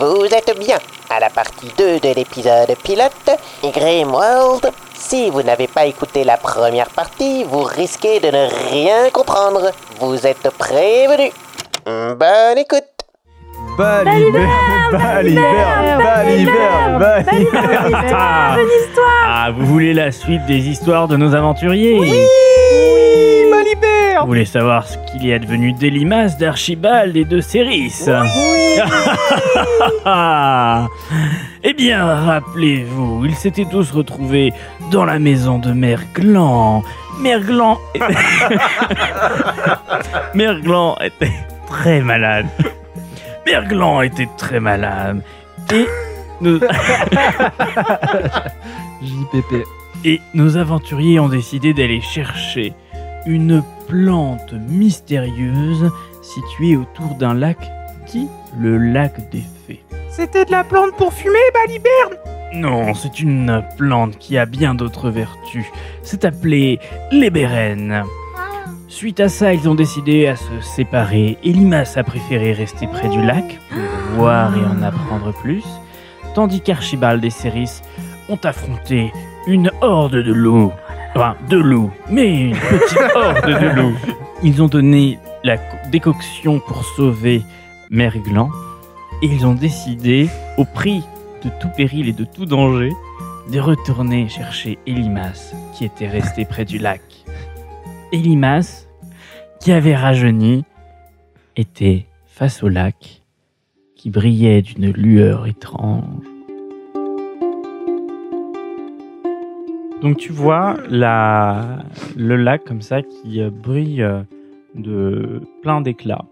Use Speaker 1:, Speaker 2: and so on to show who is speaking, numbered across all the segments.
Speaker 1: Vous êtes bien à la partie 2 de l'épisode pilote World. Si vous n'avez pas écouté la première partie, vous risquez de ne rien comprendre. Vous êtes prévenus. Bonne écoute.
Speaker 2: Balibert, Balibert, Balibert,
Speaker 3: Bonne histoire,
Speaker 2: Balibert.
Speaker 3: bonne histoire.
Speaker 4: Ah, vous voulez la suite des histoires de nos aventuriers
Speaker 2: Oui, Balibert.
Speaker 4: Vous voulez savoir ce qu'il est advenu des limaces d'Archibald et de Céris Eh bien, rappelez-vous, ils s'étaient tous retrouvés dans la maison de Merglan. Merglan... Merglan était très malade. Merglan était très malade. Et... nous-
Speaker 2: JPP.
Speaker 4: et nos aventuriers ont décidé d'aller chercher une plante mystérieuse située autour d'un lac dit le lac des fées.
Speaker 5: C'était de la plante pour fumer, Balibert
Speaker 4: Non, c'est une plante qui a bien d'autres vertus. C'est appelé l'ébérène. Suite à ça, ils ont décidé à se séparer et Limas a préféré rester près du lac pour voir et en apprendre plus, tandis qu'Archibald et Céris ont affronté une horde de loups. Enfin, de loups, mais une petite horde de loups. Ils ont donné la co- décoction pour sauver Merglan et ils ont décidé, au prix de tout péril et de tout danger, de retourner chercher Elimas qui était resté près du lac. Elimas, qui avait rajeuni, était face au lac qui brillait d'une lueur étrange. Donc tu vois la, le lac comme ça qui euh, brille euh, de plein d'éclats.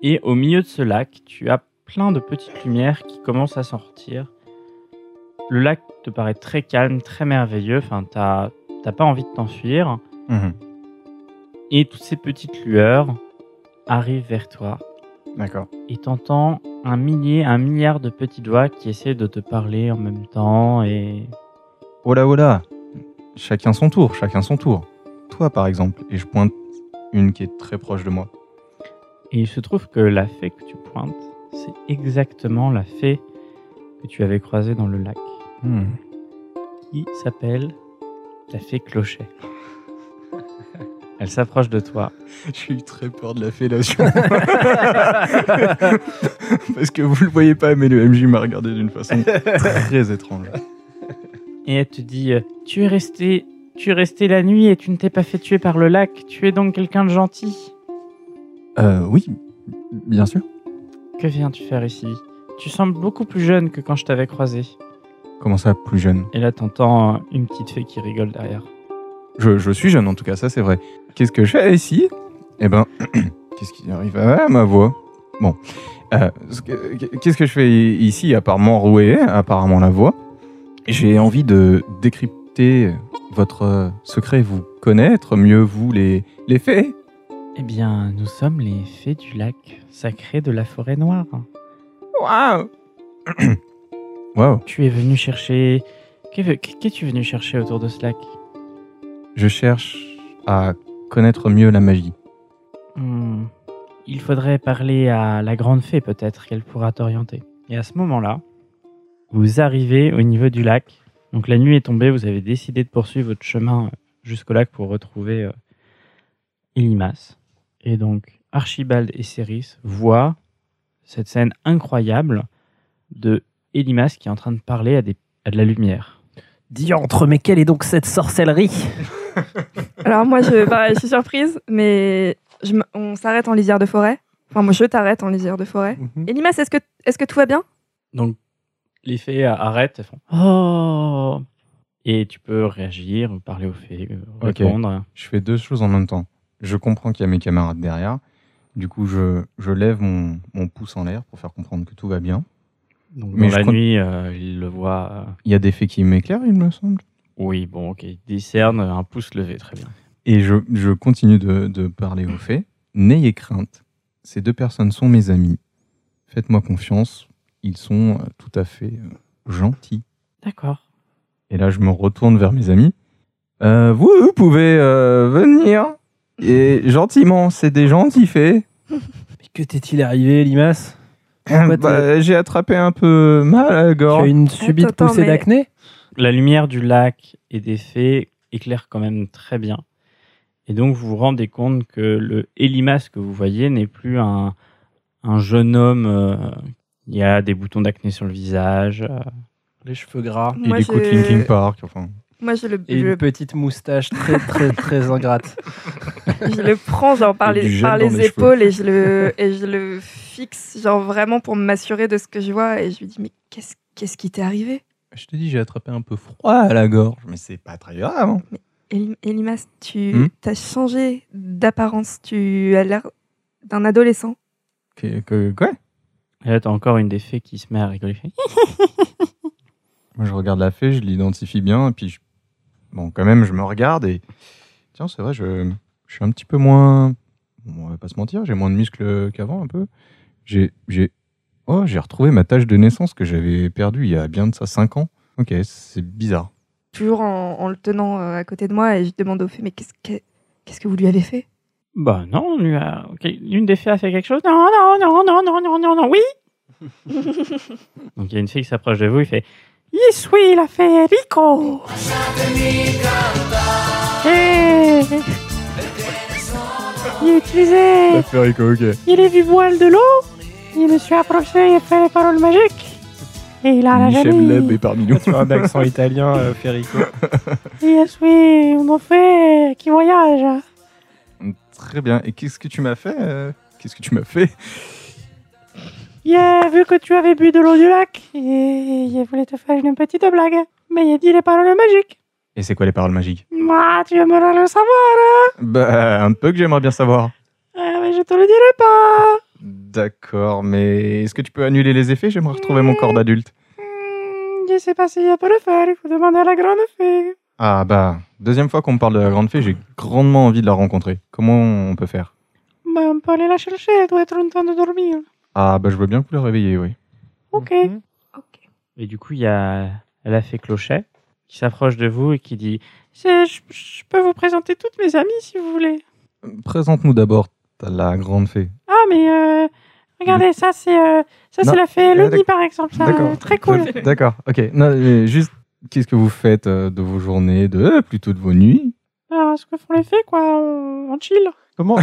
Speaker 4: Et au milieu de ce lac, tu as plein de petites lumières qui commencent à sortir. Le lac te paraît très calme, très merveilleux. Enfin, t'as t'as pas envie de t'enfuir. Et toutes ces petites lueurs arrivent vers toi.
Speaker 2: D'accord.
Speaker 4: Et t'entends un millier, un milliard de petites voix qui essaient de te parler en même temps. Et
Speaker 2: Oh là, oh là. Chacun son tour, chacun son tour. Toi, par exemple, et je pointe une qui est très proche de moi.
Speaker 4: Et il se trouve que la fée que tu pointes, c'est exactement la fée que tu avais croisée dans le lac, qui s'appelle la fée Clochet. Elle s'approche de toi.
Speaker 2: J'ai eu très peur de la fellation. Parce que vous le voyez pas, mais le MJ m'a regardé d'une façon très étrange.
Speaker 4: et elle te dit euh, Tu es resté, tu es resté la nuit et tu ne t'es pas fait tuer par le lac. Tu es donc quelqu'un de gentil.
Speaker 2: Euh, oui, bien sûr.
Speaker 4: Que viens-tu faire ici Tu sembles beaucoup plus jeune que quand je t'avais croisé.
Speaker 2: Comment ça, plus jeune
Speaker 4: Et là, t'entends euh, une petite fée qui rigole derrière.
Speaker 2: Je, je suis jeune en tout cas, ça c'est vrai. Qu'est-ce que je fais ici Eh ben, qu'est-ce qui arrive à ma voix Bon, Euh, ce que- qu'est-ce que je fais ici à part m'enrouer, apparemment la voix J'ai envie de décrypter votre euh, secret, vous connaître mieux vous les, les fées.
Speaker 4: Eh bien, nous sommes les fées du lac sacré de la forêt noire.
Speaker 2: Waouh Waouh
Speaker 4: Tu es venu chercher. que- que- Qu'es-tu venu chercher autour de ce lac
Speaker 2: Je cherche à connaître mieux la magie.
Speaker 4: Hmm. Il faudrait parler à la grande fée peut-être, qu'elle pourra t'orienter. Et à ce moment-là, vous arrivez au niveau du lac. Donc la nuit est tombée, vous avez décidé de poursuivre votre chemin euh, jusqu'au lac pour retrouver euh, Elimas. Et donc Archibald et Céris voient cette scène incroyable de Elimas qui est en train de parler à, des- à de la lumière.
Speaker 6: Diantre, mais quelle est donc cette sorcellerie
Speaker 3: Alors moi, je, pareil, je suis surprise, mais je m- on s'arrête en lisière de forêt. Enfin, moi, je t'arrête en lisière de forêt. Et Limas, est-ce que, est que tout va bien
Speaker 4: Donc les fées euh, arrêtent, elles font Oh Et tu peux réagir, ou parler aux fées, euh,
Speaker 2: Ok.
Speaker 4: répondre.
Speaker 2: Je fais deux choses en même temps. Je comprends qu'il y a mes camarades derrière. Du coup, je, je lève mon, mon pouce en l'air pour faire comprendre que tout va bien.
Speaker 4: Donc,
Speaker 2: Mais
Speaker 4: dans
Speaker 2: je
Speaker 4: la
Speaker 2: crois-
Speaker 4: nuit, euh, il le voit. euh,
Speaker 2: Il y a des faits qui m'éclairent, il me semble.
Speaker 4: Oui, bon, ok, il discerne un pouce levé, très bien.
Speaker 2: Et je, je continue de, de parler aux faits. N'ayez crainte. Ces deux personnes sont mes amis. Faites-moi confiance. Ils sont euh, tout à fait euh, gentils.
Speaker 4: D'accord.
Speaker 2: Et là, je me retourne vers mes amis. Euh, vous, vous pouvez euh, venir. Et gentiment, c'est des gentils faits.
Speaker 6: Mais que t'est-il arrivé, Limas Pourquoi t'as-
Speaker 2: Bah, J'ai attrapé un peu mal à la
Speaker 6: Tu as
Speaker 2: gorge.
Speaker 6: une subite
Speaker 3: attends,
Speaker 6: poussée
Speaker 3: mais-
Speaker 6: d'acné
Speaker 4: La lumière du lac et des fées éclaire quand même très bien. Et donc, vous vous rendez compte que le Elimas que vous voyez n'est plus un, un jeune homme. euh, il y a des boutons d'acné sur le visage. euh,
Speaker 6: Les cheveux gras.
Speaker 3: Moi,
Speaker 2: Il écoute
Speaker 3: j'ai-
Speaker 2: Linkin Park. Enfin.
Speaker 3: Moi, je le,
Speaker 6: Et
Speaker 3: je le-
Speaker 6: une petite moustache très très très ingrate.
Speaker 3: je le prends genre par
Speaker 2: Et du
Speaker 3: les,
Speaker 2: gel
Speaker 3: par
Speaker 2: dans
Speaker 3: les
Speaker 2: les cheveux.
Speaker 3: épaules et je, le, et je le fixe, genre vraiment pour m'assurer de ce que je vois. Et je lui dis, mais qu'est-ce qu'est-ce qui t'est arrivé
Speaker 2: Je te dis, j'ai attrapé un peu froid à la gorge, mais c'est pas très grave. hein.
Speaker 3: Eli- Elimas, tu
Speaker 2: Hmm
Speaker 3: as changé d'apparence, tu as l'air d'un adolescent.
Speaker 2: Que- que- quoi
Speaker 4: Et là, t'as encore une des fées qui se met à rigoler.
Speaker 2: Moi, je regarde la fée, je l'identifie bien, et puis je- bon, quand même, je me regarde et tiens, c'est vrai, je, je suis un petit peu moins. bon, on va pas se mentir, j'ai moins de muscles qu'avant, un peu. J'ai, j'ai, oh, j'ai retrouvé ma tache de naissance que j'avais perdue il y a bien de ça 5 ans. Ok, c'est bizarre.
Speaker 3: Toujours en, en le tenant euh, à côté de moi et je demande au fée, mais qu'est-ce que, qu'est-ce que vous lui avez fait
Speaker 4: Bah non, on lui a- ok, l'une des fées a fait quelque chose. Non, non, non, non, non, non, non, non, oui. Donc il y a une fille qui s'approche de vous, il fait Yes, oui, la fée Rico. Hey. Eh, Il utilisait,
Speaker 2: ok.
Speaker 4: il est du voile de l'eau. Il me suis approché, il a fait les paroles magiques. Et il
Speaker 7: Ah,
Speaker 4: a la jolie.
Speaker 2: est parmi nous.
Speaker 6: Tu as un accent italien, euh, Ferrico.
Speaker 4: Yes, oui, mon fée qui voyage.
Speaker 2: Très bien. Et qu'est-ce que tu m'as fait euh Qu'est-ce que tu m'as fait
Speaker 4: Yeah, vu que tu avais bu de l'eau du lac, et il voulait te faire une petite blague. Mais il a dit les paroles magiques.
Speaker 2: Et c'est quoi les paroles magiques
Speaker 4: Ah, tu aimerais le savoir,
Speaker 2: Bah, un peu que j'aimerais bien savoir.
Speaker 4: Ah, mais je te le dirai pas.
Speaker 2: D'accord, mais est-ce que tu peux annuler les effets J'aimerais retrouver mon corps d'adulte.
Speaker 4: Hmm, je sais pas s'il y a pas le faire, il faut demander à la grande fée.
Speaker 2: Ah bah, deuxième fois qu'on me parle de la grande fée, j'ai grandement envie de la rencontrer. Comment on peut faire
Speaker 4: Bah, on peut aller la chercher, elle doit être en train de dormir.
Speaker 2: Ah bah je veux bien que vous la réveillez, oui.
Speaker 4: Ok.
Speaker 3: Ok.
Speaker 4: Et du coup, il y a la fée Clochet qui s'approche de vous et qui dit je, je peux vous présenter toutes mes amies si vous voulez.
Speaker 2: Présente-nous d'abord ta- la grande fée.
Speaker 4: Ah, mais euh, regardez, ça c'est euh, ça
Speaker 2: Non.
Speaker 4: c'est la fée
Speaker 2: Ah,
Speaker 4: Elodie
Speaker 2: d'ac-
Speaker 4: par exemple. Ça,
Speaker 2: D'accord.
Speaker 4: euh, très cool.
Speaker 2: Euh, D'accord, ok. Non, mais juste, qu'est-ce que vous faites euh, de vos journées, de euh, plutôt de vos nuits
Speaker 4: Ah, ce que font les fées, quoi. On, on chill.
Speaker 6: Comment,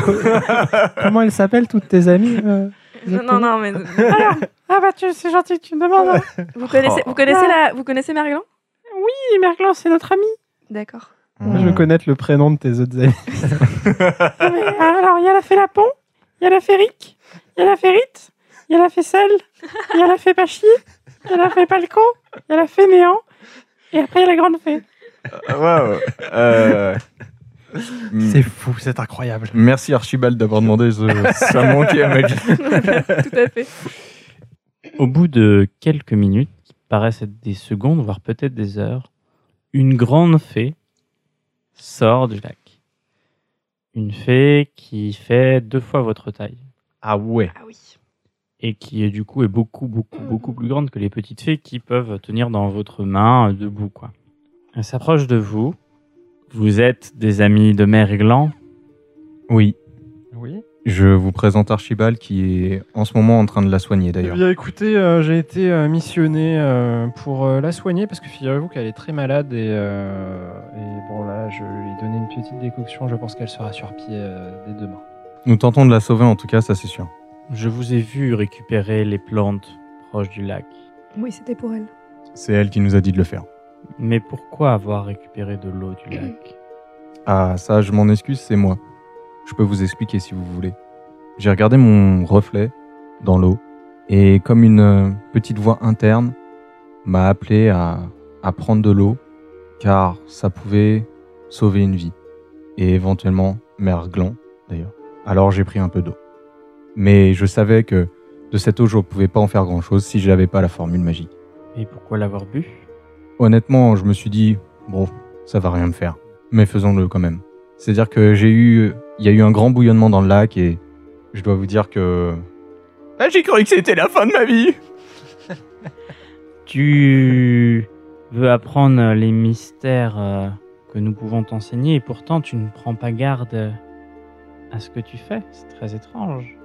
Speaker 6: comment elles s'appellent toutes tes amies euh
Speaker 3: Non, non, non, mais
Speaker 4: Alors, ah bah, tu- c'est gentil, tu me demandes. hein.
Speaker 3: vous connaissez, vous connaissez, la, vous connaissez Marilyn
Speaker 4: Oui, Merglan, c'est notre amie.
Speaker 3: D'accord.
Speaker 2: Ah. Mmh.
Speaker 6: Je veux connaître le prénom de tes autres amies.
Speaker 4: Ah, mais, alors, il y a la fée Lapon, il y a la fée Rick, il y a la fée Rite, il y a la fée Sel, il y a la fée Pachi, il y a la fée Palco, il y a la fée Néant, et après, il y a la grande fée.
Speaker 2: Ah, Waouh euh, mm,
Speaker 6: fou, c'est incroyable.
Speaker 2: Merci Archibald d'avoir demandé, ce- ça manquait à ma vie.
Speaker 3: Tout à fait.
Speaker 4: Au bout de quelques minutes, qui paraissent être des secondes, voire peut-être des heures, une grande fée sort du lac. Une fée qui fait deux fois votre taille.
Speaker 2: Ah ouais
Speaker 3: Ah oui.
Speaker 4: et qui est, du coup est beaucoup beaucoup beaucoup plus grande que les petites fées qui peuvent tenir dans votre main euh, debout quoi. Elle s'approche de vous. Vous êtes des amis de Merglan.
Speaker 2: Oui.
Speaker 6: Oui.
Speaker 2: Je vous présente Archibald qui est en ce moment en train de la soigner
Speaker 6: Eh
Speaker 2: d'ailleurs.
Speaker 6: bien, écoutez, euh, j'ai été euh, missionné euh, pour euh, la soigner parce que figurez-vous qu'elle est très malade et, euh, et bon, là, je lui ai donné une petite décoction. Je pense qu'elle sera sur pied euh, dès demain.
Speaker 2: Nous tentons de la sauver en tout cas, ça c'est sûr.
Speaker 4: Je vous ai vu récupérer les plantes proches du lac.
Speaker 3: Oui, c'était pour elle.
Speaker 2: C'est elle qui nous a dit de le faire.
Speaker 4: Mais pourquoi avoir récupéré de l'eau du lac
Speaker 2: Ah, ça, je m'en excuse, c'est moi. Je peux vous expliquer si vous voulez. J'ai regardé mon reflet dans l'eau et comme une euh, petite voix interne m'a appelé à, à prendre de l'eau car ça pouvait sauver une vie et éventuellement Merglan d'ailleurs. Alors j'ai pris un peu d'eau. Mais je savais que de cette eau, je ne pouvais pas en faire grand-chose si je n'avais pas la formule magique.
Speaker 4: Et pourquoi l'avoir bu
Speaker 2: Honnêtement, je me suis dit, bon, ça va rien me faire. Mais faisons-le quand même. C'est-à-dire que j'ai eu. Il y a eu un grand bouillonnement dans le lac et je dois vous dire que. Ah, j'ai cru que c'était la fin de ma vie
Speaker 4: Tu veux apprendre les mystères euh, que nous pouvons t'enseigner et pourtant tu ne prends pas garde à ce que tu fais. C'est très étrange.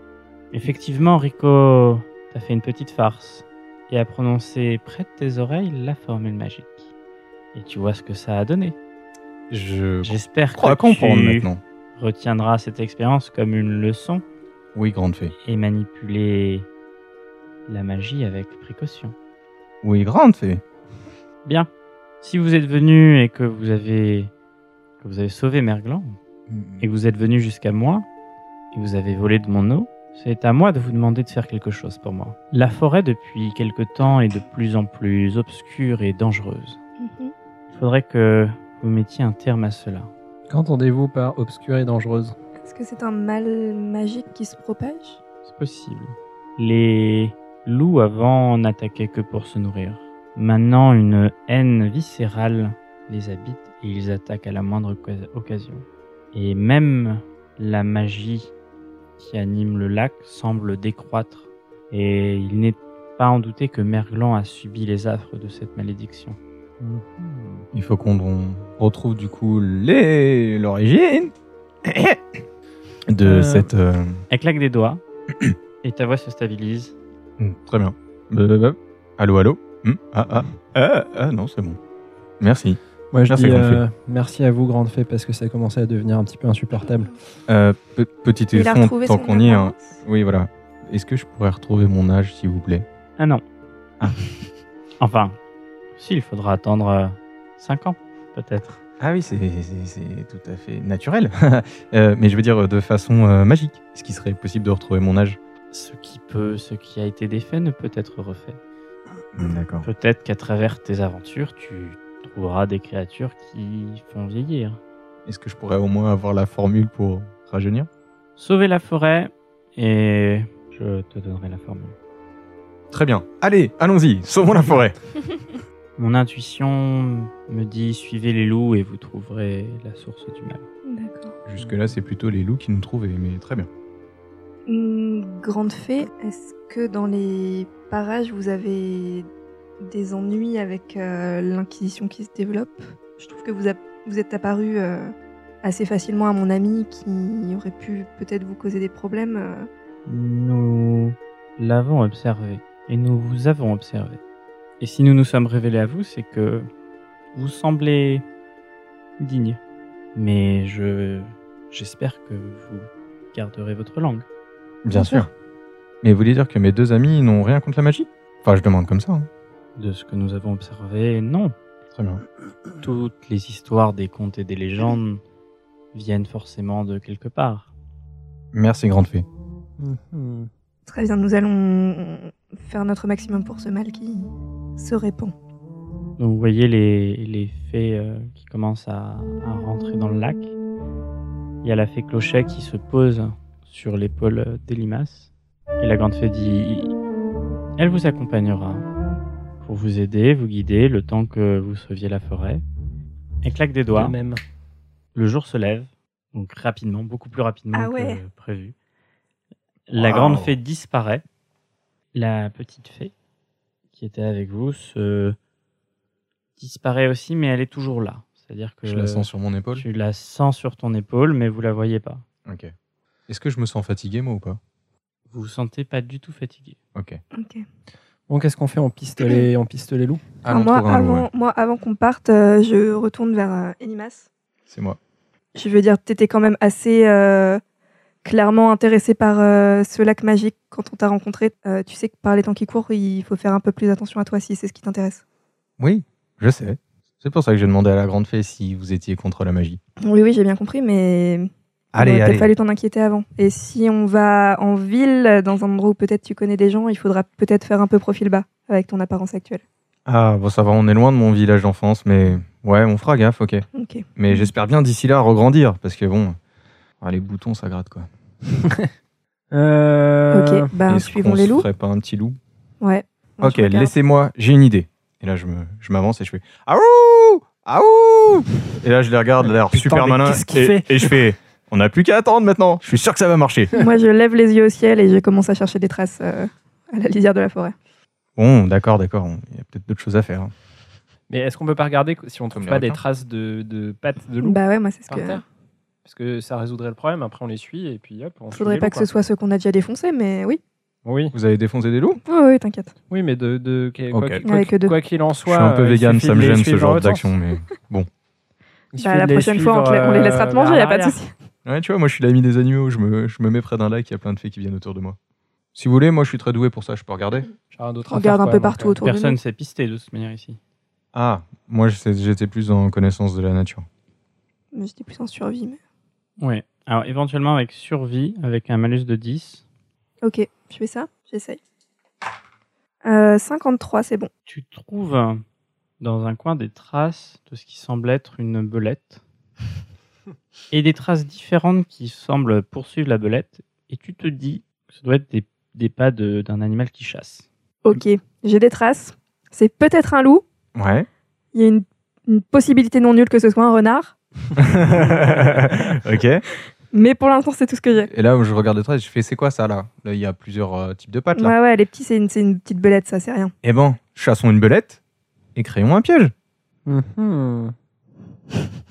Speaker 4: Effectivement, Rico T'as fait une petite farce et a prononcé près de tes oreilles la formule magique. Et tu vois ce que ça a donné.
Speaker 2: Je
Speaker 4: J'espère
Speaker 2: crois
Speaker 4: que
Speaker 2: comprendre
Speaker 4: tu
Speaker 2: maintenant.
Speaker 4: retiendras cette expérience comme une leçon
Speaker 2: Oui, grande fée.
Speaker 4: et manipuler la magie avec précaution.
Speaker 2: Oui, grande fée.
Speaker 4: Bien. Si vous êtes venu et que vous avez que vous avez sauvé Merglan et que vous êtes venu jusqu'à moi et vous avez volé de mon eau, c'est à moi de vous demander de faire quelque chose pour moi. La forêt depuis quelque temps est de plus en plus obscure et dangereuse.
Speaker 3: Mhm.
Speaker 4: Il faudrait que vous mettiez un terme à cela.
Speaker 6: Qu'entendez-vous par obscure et dangereuse
Speaker 3: Est-ce que c'est un mal magique qui se propage
Speaker 4: C'est possible. Les loups avant n'attaquaient que pour se nourrir. Maintenant, une haine viscérale les habite et ils attaquent à la moindre oca- occasion. Et même la magie qui anime le lac semble décroître. Et il n'est pas en douter que Merglan a subi les affres de cette malédiction.
Speaker 2: Il faut qu'on on retrouve du coup les- l'origine de
Speaker 6: Euh.
Speaker 2: cette. euh,
Speaker 4: Elle claque des doigts et ta voix se stabilise.
Speaker 2: Mm, Très bien. Bah, bah, bah. Allô, allô Hmm, ah, ah, ah, ah, non, c'est bon. Merci.
Speaker 6: Moi, je
Speaker 2: Merci,
Speaker 6: dis
Speaker 2: grande
Speaker 6: euh, merci à vous, grande fée, parce que ça commençait à devenir un petit peu insupportable.
Speaker 2: Euh, pe- petit
Speaker 3: Il a
Speaker 2: éléphant,
Speaker 3: retrouvé
Speaker 2: tant
Speaker 3: son
Speaker 2: qu'on y est. hein.
Speaker 3: apparence
Speaker 2: Oui, voilà. Est-ce que je pourrais retrouver mon âge, s'il vous plaît
Speaker 4: Ah non.
Speaker 2: Ah.
Speaker 4: Enfin, s'il faudra attendre 5 ans, peut-être.
Speaker 2: Ah oui, c'est c'est- c'est tout à fait naturel. Euh, mais je veux dire de façon euh, magique. Est-ce qu'il serait possible de retrouver mon âge
Speaker 4: Ce qui peut, ce qui a été défait ne peut être refait.
Speaker 2: Hmm, D'accord.
Speaker 4: Peut-être qu'à travers tes aventures, tu trouveras des créatures qui font vieillir.
Speaker 2: Est-ce que je pourrais au moins avoir la formule pour rajeunir
Speaker 4: Sauver la forêt et je te donnerai la formule.
Speaker 2: Très bien. Allez, allons-y, sauvons la forêt.
Speaker 4: Mon intuition me dit suivez les loups et vous trouverez la source du mal.
Speaker 3: D'accord.
Speaker 2: Jusque-là, c'est plutôt les loups qui nous trouvaient, mais très bien.
Speaker 3: Une grande fée, est-ce que dans les parages, vous avez des ennuis avec euh, l'inquisition qui se développe Je trouve que vous, a- vous êtes apparu euh, assez facilement à mon ami qui aurait pu peut-être vous causer des problèmes. euh.
Speaker 4: Nous l'avons observé et nous vous avons observé. Et si nous nous sommes révélés à vous, c'est que vous semblez digne. Mais je j'espère que vous garderez votre langue.
Speaker 2: Bien sûr. Mais vous voulez dire que mes deux amis n'ont rien contre la magie Enfin, je demande comme ça. hein.
Speaker 4: De ce que nous avons observé, non.
Speaker 2: Très bien.
Speaker 4: Toutes les histoires des contes et des légendes viennent forcément de quelque part.
Speaker 2: Merci, grande fée.
Speaker 6: Mm-hmm.
Speaker 3: Très bien, nous allons faire notre maximum pour ce mal qui se répand.
Speaker 4: Donc, vous voyez les, les fées euh, qui commencent à, à rentrer dans le lac. Il y a la fée Clochet qui se pose sur l'épaule euh, d'Elimas. Et la grande fée dit Elle vous accompagnera pour vous aider, vous guider le temps que vous sauviez la forêt. Elle claque des doigts.
Speaker 6: même.
Speaker 4: Le jour se lève, donc rapidement, beaucoup plus rapidement
Speaker 3: Ah ouais.
Speaker 4: que prévu. La grande fée disparaît. La petite fée qui était avec vous se disparaît aussi, mais elle est toujours là. C'est-à-dire que
Speaker 2: Je la sens sur mon épaule.
Speaker 4: tu la sens sur ton épaule, mais vous la voyez pas.
Speaker 2: Ok. Est-ce que je me sens fatigué, moi, ou pas
Speaker 4: Vous vous sentez pas du tout fatigué.
Speaker 2: Ok.
Speaker 3: Ok.
Speaker 6: Bon, qu'est-ce qu'on fait On piste les, on piste les loups
Speaker 3: Alors
Speaker 2: Allons
Speaker 3: moi,
Speaker 2: trouver un loup,
Speaker 3: avant,
Speaker 2: ouais.
Speaker 3: moi, avant qu'on parte, euh, je retourne vers euh, Enimas.
Speaker 2: C'est moi.
Speaker 3: Je veux dire, t'étais quand même assez euh, clairement intéressé par euh, ce lac magique quand on t'a rencontré. Euh, tu sais que par les temps qui courent, il faut faire un peu plus attention à toi si c'est ce qui t'intéresse.
Speaker 2: Oui, je sais. C'est pour ça que j'ai demandé à la grande fée si vous étiez contre la magie.
Speaker 3: Oui, oui, j'ai bien compris, mais
Speaker 2: Allez,
Speaker 3: il
Speaker 2: allez.
Speaker 3: fallu t'en inquiéter avant. Et si on va en ville, dans un endroit où peut-être tu connais des gens, il faudra peut-être faire un peu profil bas avec ton apparence actuelle.
Speaker 2: Ah, bon, ça va, on est loin de mon village d'enfance, mais ouais, on fera gaffe, ok.
Speaker 3: Ok.
Speaker 2: Mais j'espère bien d'ici là regrandir, parce que bon, ah, les boutons, ça gratte, quoi.
Speaker 6: Euh,
Speaker 3: ok, bah
Speaker 2: Euh, Est-ce
Speaker 3: suivons
Speaker 2: qu'on
Speaker 3: les
Speaker 2: se
Speaker 3: loups.
Speaker 2: ferait pas un petit loup
Speaker 3: Ouais. Moi,
Speaker 2: Ok,
Speaker 3: je regarde.
Speaker 2: laissez-moi, j'ai une idée. Et là, je me- je m'avance et je fais Aouh Aouh Et là, je les regarde, l'air
Speaker 6: Putain,
Speaker 2: super
Speaker 6: mais
Speaker 2: malin.
Speaker 6: qu'est-ce qu'il
Speaker 2: Et,
Speaker 6: fait
Speaker 2: et je fais On n'a plus qu'à attendre maintenant, je suis sûr que ça va marcher.
Speaker 3: Moi, je lève les yeux au ciel et je commence à chercher des traces euh, à la lisière de la forêt.
Speaker 2: Bon, d'accord, d'accord, on- il y a peut-être d'autres choses à faire. hein.
Speaker 6: Mais est-ce qu'on peut pas regarder si on trouve
Speaker 2: Comme les
Speaker 6: pas des
Speaker 2: requins.
Speaker 6: traces de, de pattes de loup
Speaker 3: Bah ouais, moi, c'est ce
Speaker 6: par
Speaker 3: que.
Speaker 6: terre Parce que ça résoudrait le problème. Après, on les suit et puis hop. On suit
Speaker 3: Faudrait
Speaker 6: les
Speaker 3: pas
Speaker 6: loups,
Speaker 3: que ce soit ceux qu'on a déjà défoncés, mais oui.
Speaker 6: Oui,
Speaker 2: Vous avez défoncé des loups
Speaker 3: Oui, oui, t'inquiète.
Speaker 6: oui, mais de, de-
Speaker 2: Ok.
Speaker 6: que- quoi qu'il-
Speaker 3: Avec
Speaker 6: quoi
Speaker 3: deux.
Speaker 6: quoi qu'il en
Speaker 2: Je
Speaker 6: soit.
Speaker 2: suis un peu
Speaker 6: euh, il
Speaker 2: vegan,
Speaker 6: suffit
Speaker 2: ça
Speaker 6: de
Speaker 2: me
Speaker 6: les
Speaker 2: gêne ce
Speaker 6: suivre
Speaker 2: genre
Speaker 6: dans l'autre
Speaker 2: d'action,
Speaker 6: sens.
Speaker 2: mais bon.
Speaker 6: Il
Speaker 3: Bah,
Speaker 6: suffit
Speaker 3: la
Speaker 6: de les
Speaker 3: prochaine fois, on, te la-
Speaker 6: suivre,
Speaker 3: on les laissera te
Speaker 6: euh,
Speaker 3: manger, y a pas de
Speaker 6: vers
Speaker 3: souci.
Speaker 2: Ouais, tu vois, moi je suis l'ami des animaux, je me, je me mets près d'un lac, il y a plein de fées qui viennent autour de moi. Si vous voulez, moi je suis très doué pour ça, je peux regarder
Speaker 6: J'ai rien d'autre à
Speaker 3: On regarde
Speaker 6: faire,
Speaker 3: un
Speaker 6: quoi,
Speaker 3: peu
Speaker 6: donc,
Speaker 3: partout
Speaker 6: euh,
Speaker 3: autour de
Speaker 4: Personne
Speaker 3: nous.
Speaker 4: s'est pisté de toute manière ici.
Speaker 2: Ah, moi je sais- j'étais plus en connaissance de la nature.
Speaker 3: Mais J'étais plus en survie. mais-
Speaker 4: Oui. Alors éventuellement avec survie, avec un malus de 10,
Speaker 3: Ok, je fais ça, j'essaye. Euh, 53, c'est bon.
Speaker 4: tu trouves euh, dans un coin des traces de ce qui semble être une belette. et des traces différentes qui semblent poursuivre la belette. Et tu te dis que ça doit être des, des pas de- d'un animal qui chasse.
Speaker 3: Ok, j'ai des traces. C'est peut-être un loup.
Speaker 2: Ouais.
Speaker 3: Il y a une, une possibilité non nulle que ce soit un renard.
Speaker 2: ok.
Speaker 3: Mais pour l'instant, c'est tout ce que j'ai.
Speaker 2: Et là, je regarde les traces, je fais c'est quoi ça là Là, il y a plusieurs euh, types de pattes là.
Speaker 3: Ouais, ouais, les petits, c'est une, c'est une petite belette, ça, c'est rien.
Speaker 2: Eh ben, chassons une belette et créons un piège.
Speaker 6: Mhm.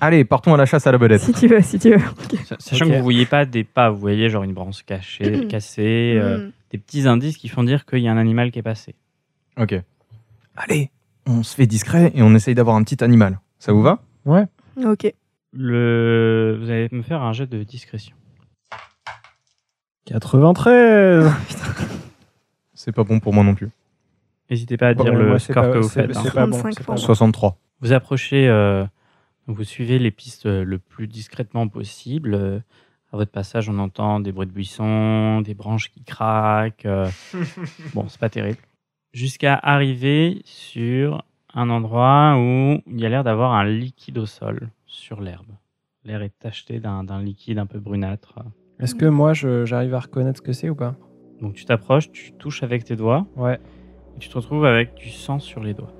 Speaker 2: Allez, partons à la chasse à la belette.
Speaker 3: Si tu veux, si tu veux. Ok.
Speaker 4: Sa- Sachant
Speaker 6: Ok.
Speaker 4: que vous voyez pas des pas, vous voyez genre une branche cachée, cassée, euh,
Speaker 3: Hmm.
Speaker 4: des petits indices qui font dire qu'il y a un animal qui est passé.
Speaker 2: Ok. Allez, on se fait discret et on essaye d'avoir un petit animal. Ça vous va
Speaker 3: Hmm. Ok.
Speaker 4: Le... Vous allez me faire un jet de discrétion.
Speaker 6: 93
Speaker 2: C'est pas bon pour moi non plus.
Speaker 4: N'hésitez pas à dire
Speaker 6: Bon,
Speaker 4: le
Speaker 6: Oh, moi, c'est
Speaker 4: score
Speaker 6: pas-
Speaker 4: que vous
Speaker 6: c'est-
Speaker 4: faites. hein.
Speaker 6: c'est pas bon,
Speaker 3: 35
Speaker 6: c'est
Speaker 3: pour
Speaker 6: pas
Speaker 3: moi.
Speaker 6: bon.
Speaker 2: 63.
Speaker 4: Vous approchez, euh, vous suivez les pistes euh, le plus discrètement possible. Euh, À votre passage, on entend des bruits de buissons, des branches qui craquent. euh, bon, c'est pas terrible. Jusqu'à arriver sur un endroit où il y a l'air d'avoir un liquide au sol, sur l'herbe. L'air est tacheté d'un d'un liquide un peu brunâtre.
Speaker 6: Est-ce que moi, je- j'arrive à reconnaître ce que c'est ou pas
Speaker 4: Donc tu t'approches, tu touches avec tes doigts,
Speaker 6: Ouais.
Speaker 4: et tu te retrouves avec du sang sur les doigts.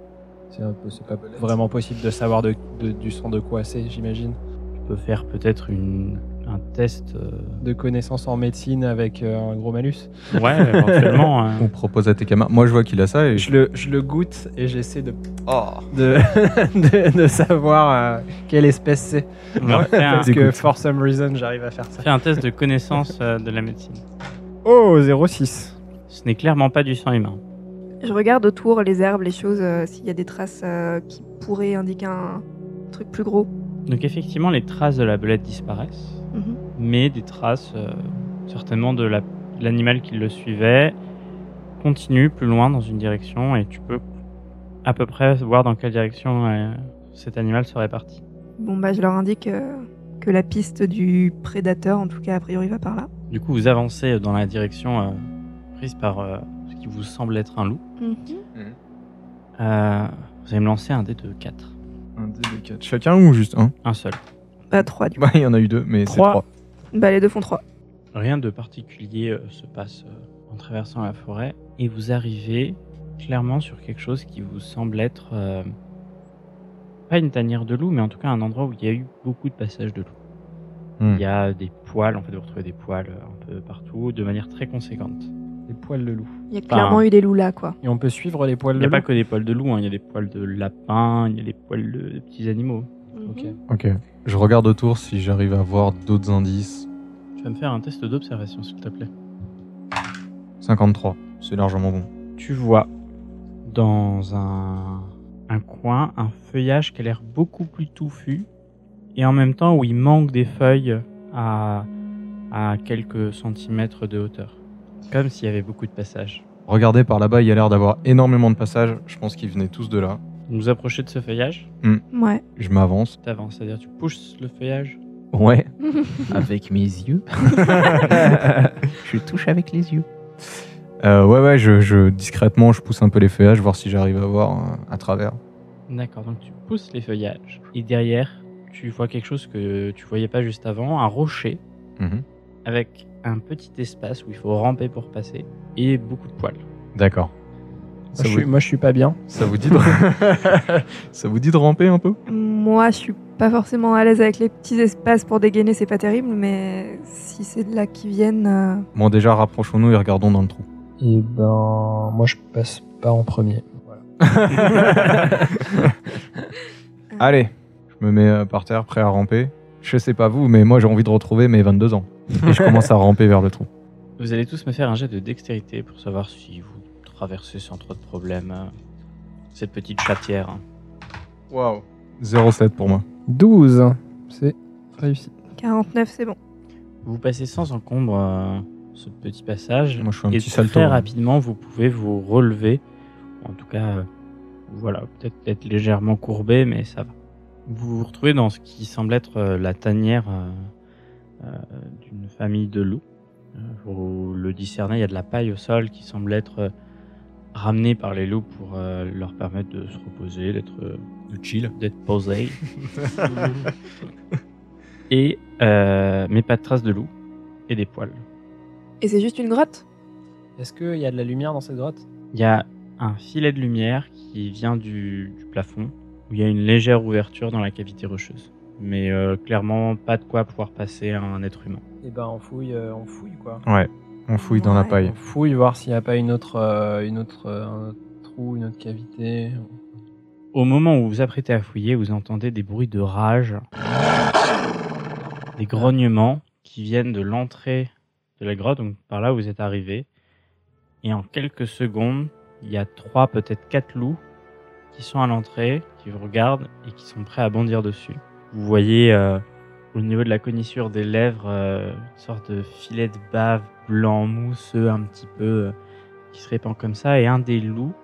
Speaker 6: C'est un peu- c'est pas vraiment possible de savoir de- de- du sang de quoi c'est, j'imagine.
Speaker 4: Tu peux faire peut-être une- un test. euh,
Speaker 6: De connaissances en médecine avec euh, un gros malus.
Speaker 4: Ouais, éventuellement. hein.
Speaker 2: On propose à tes camarades. Moi, je vois qu'il a ça et je.
Speaker 6: Je le, je le goûte et j'essaie de, de, de, de savoir euh, quelle espèce c'est.
Speaker 4: On leur fait un,
Speaker 6: Parce que
Speaker 2: Dégoûte.
Speaker 6: for some reason, j'arrive à faire ça.
Speaker 4: fait un test de connaissance euh, de la médecine.
Speaker 6: Oh, 06.
Speaker 4: Ce n'est clairement pas du sang humain.
Speaker 3: Je regarde autour les herbes, les choses, euh, s'il y a des traces euh, qui pourraient indiquer un truc plus gros.
Speaker 4: Donc effectivement, les traces de la belette disparaissent,
Speaker 3: Mhm.
Speaker 4: mais des traces euh, certainement de la- de l'animal qui le suivait continuent plus loin dans une direction et tu peux à peu près voir dans quelle direction euh, cet animal serait parti.
Speaker 3: Bon, bah, je leur indique euh, que la piste du prédateur, en tout cas, a priori, va par là.
Speaker 4: Du coup, vous avancez dans la direction euh, prise par euh, ce qui vous semble être un loup.
Speaker 3: Mhm.
Speaker 4: Euh, vous allez me lancer un dé de 4.
Speaker 2: Un, deux, deux, quatre. Chacun ou juste un
Speaker 4: Un seul.
Speaker 3: Bah, 3 du coup.
Speaker 2: Bah, il y en a eu deux, mais c'est
Speaker 4: Trois.
Speaker 2: trois.
Speaker 3: Bah, les deux font 3.
Speaker 4: Rien de particulier euh, se passe euh, en traversant la forêt et vous arrivez clairement sur quelque chose qui vous semble être euh, pas une tanière de loup, mais en tout cas un endroit où il y a eu beaucoup de passages de loup.
Speaker 2: Hmm.
Speaker 4: Il y a des poils, en fait, vous retrouvez des poils euh, un peu partout de manière très conséquente.
Speaker 6: Les poils de loup.
Speaker 3: Il y a clairement eu des loups là, quoi.
Speaker 6: Et on peut suivre les poils
Speaker 4: Il
Speaker 6: de
Speaker 4: n'y a pas
Speaker 6: loup.
Speaker 4: que des poils de loup, hein, il y a des poils de lapin, il y a des poils de, de petits animaux.
Speaker 3: Mhm.
Speaker 6: Ok.
Speaker 2: Ok. Je regarde autour si j'arrive à voir d'autres indices.
Speaker 4: Tu vas me faire un test d'observation, s'il te plaît.
Speaker 2: 53. C'est largement bon.
Speaker 4: tu vois dans un, un coin un feuillage qui a l'air beaucoup plus touffu et en même temps où il manque des feuilles à, à quelques centimètres de hauteur. Comme s'il y avait beaucoup de passages.
Speaker 2: Regardez par là-bas, il y a l'air d'avoir énormément de passages. Je pense qu'ils venaient tous de là.
Speaker 4: Vous vous approchez de ce feuillage,
Speaker 3: Ouais.
Speaker 2: Je m'avance.
Speaker 4: t'avances, c'est-à-dire tu pousses le feuillage.
Speaker 2: Ouais.
Speaker 8: Avec mes yeux. je touche avec les yeux.
Speaker 2: Euh, ouais, ouais, je, je- discrètement, je pousse un peu les feuillages, voir si j'arrive à voir euh, à travers.
Speaker 4: D'accord, donc tu pousses les feuillages et derrière tu vois quelque chose que tu voyais pas juste avant, un rocher
Speaker 2: Mhm.
Speaker 4: avec un petit espace où il faut ramper pour passer et beaucoup de poils.
Speaker 2: D'accord.
Speaker 6: Moi,
Speaker 2: Ça,
Speaker 6: Ah, je
Speaker 2: vous-
Speaker 6: suis, moi, je suis pas bien.
Speaker 2: ça vous dit de... ça vous dit de ramper un peu
Speaker 3: Moi, je suis pas forcément à l'aise avec les petits espaces pour dégainer, c'est pas terrible, mais si c'est de là qu'ils viennent. euh,
Speaker 2: Bon, déjà, rapprochons-nous et regardons dans le trou.
Speaker 6: Et ben, moi, je passe pas en premier.
Speaker 2: Allez, je me mets euh, par terre, prêt à ramper. Je sais pas vous, mais moi j'ai envie de retrouver mes 22 ans. Et je commence à ramper vers le trou.
Speaker 4: Vous allez tous me faire un jet de dextérité pour savoir si vous traversez sans trop de problème euh, cette petite chatière. hein.
Speaker 2: Waouh. 0,7 pour moi.
Speaker 6: 12. C'est réussi.
Speaker 3: 49, c'est bon.
Speaker 4: Vous passez sans encombre euh, ce petit passage.
Speaker 2: Moi, je suis un
Speaker 4: et
Speaker 2: petit salto. hein.
Speaker 4: très rapidement, vous pouvez vous relever. En tout cas, euh, voilà, peut-être être légèrement courbé, mais ça va. Vous vous retrouvez dans ce qui semble être euh, la tanière euh, euh, d'une famille de loups. Euh, Vous le discernez, il y a de la paille au sol qui semble être euh, ramenée par les loups pour euh, leur permettre de se reposer, d'être euh,
Speaker 2: De chill.
Speaker 4: d'être posé. et euh, mais pas de traces de loup et des poils.
Speaker 3: Et c'est juste une grotte
Speaker 6: Est-ce qu'il y a de la lumière dans cette grotte
Speaker 4: Il y a un filet de lumière qui vient du, du plafond où il y a une légère ouverture dans la cavité rocheuse. Mais euh, clairement pas de quoi pouvoir passer à un être humain.
Speaker 6: Eh ben, on fouille, euh, on fouille quoi.
Speaker 2: On fouille dans la
Speaker 3: Ouais.
Speaker 2: paille.
Speaker 6: On fouille, voir s'il n'y a pas une autre, euh, une autre, euh, un autre trou, une autre cavité.
Speaker 4: Au moment où vous vous apprêtez à fouiller, vous entendez des bruits de rage, des grognements qui viennent de l'entrée de la grotte, donc par là où vous êtes arrivé. Et en quelques secondes, il y a trois, peut-être quatre loups qui sont à l'entrée, qui vous regardent et qui sont prêts à bondir dessus. Vous voyez euh, au niveau de la commissure des lèvres euh, une sorte de filet de bave blanc, mousseux un petit peu, euh, qui se répand comme ça. Et un des loups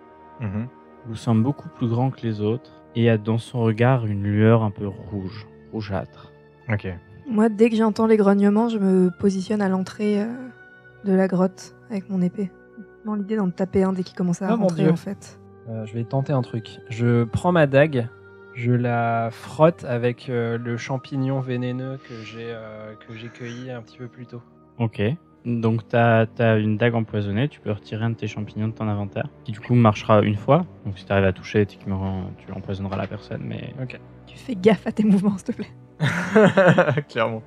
Speaker 2: Mhm.
Speaker 4: vous semble beaucoup plus grand que les autres et a dans son regard une lueur un peu rouge, rougeâtre.
Speaker 2: Ok.
Speaker 3: Moi, dès que j'entends les grognements, je me positionne à l'entrée euh, de la grotte avec mon épée. Dans l'idée d'en taper un dès qu'il commence à
Speaker 6: Ah, mon
Speaker 3: rentrer,
Speaker 6: Dieu.
Speaker 3: en fait.
Speaker 6: Euh, je vais tenter un truc. Je prends ma dague, je la frotte avec euh, le champignon vénéneux que j'ai euh, que j'ai cueilli un petit peu plus tôt.
Speaker 4: Ok. Donc t'as as une dague empoisonnée, tu peux retirer un de tes champignons de ton inventaire, qui du coup marchera une fois. Donc si t'arrives à toucher, techniquement tu empoisonneras la personne, mais
Speaker 3: Tu fais gaffe à tes mouvements, s'il te plaît.
Speaker 2: Clairement.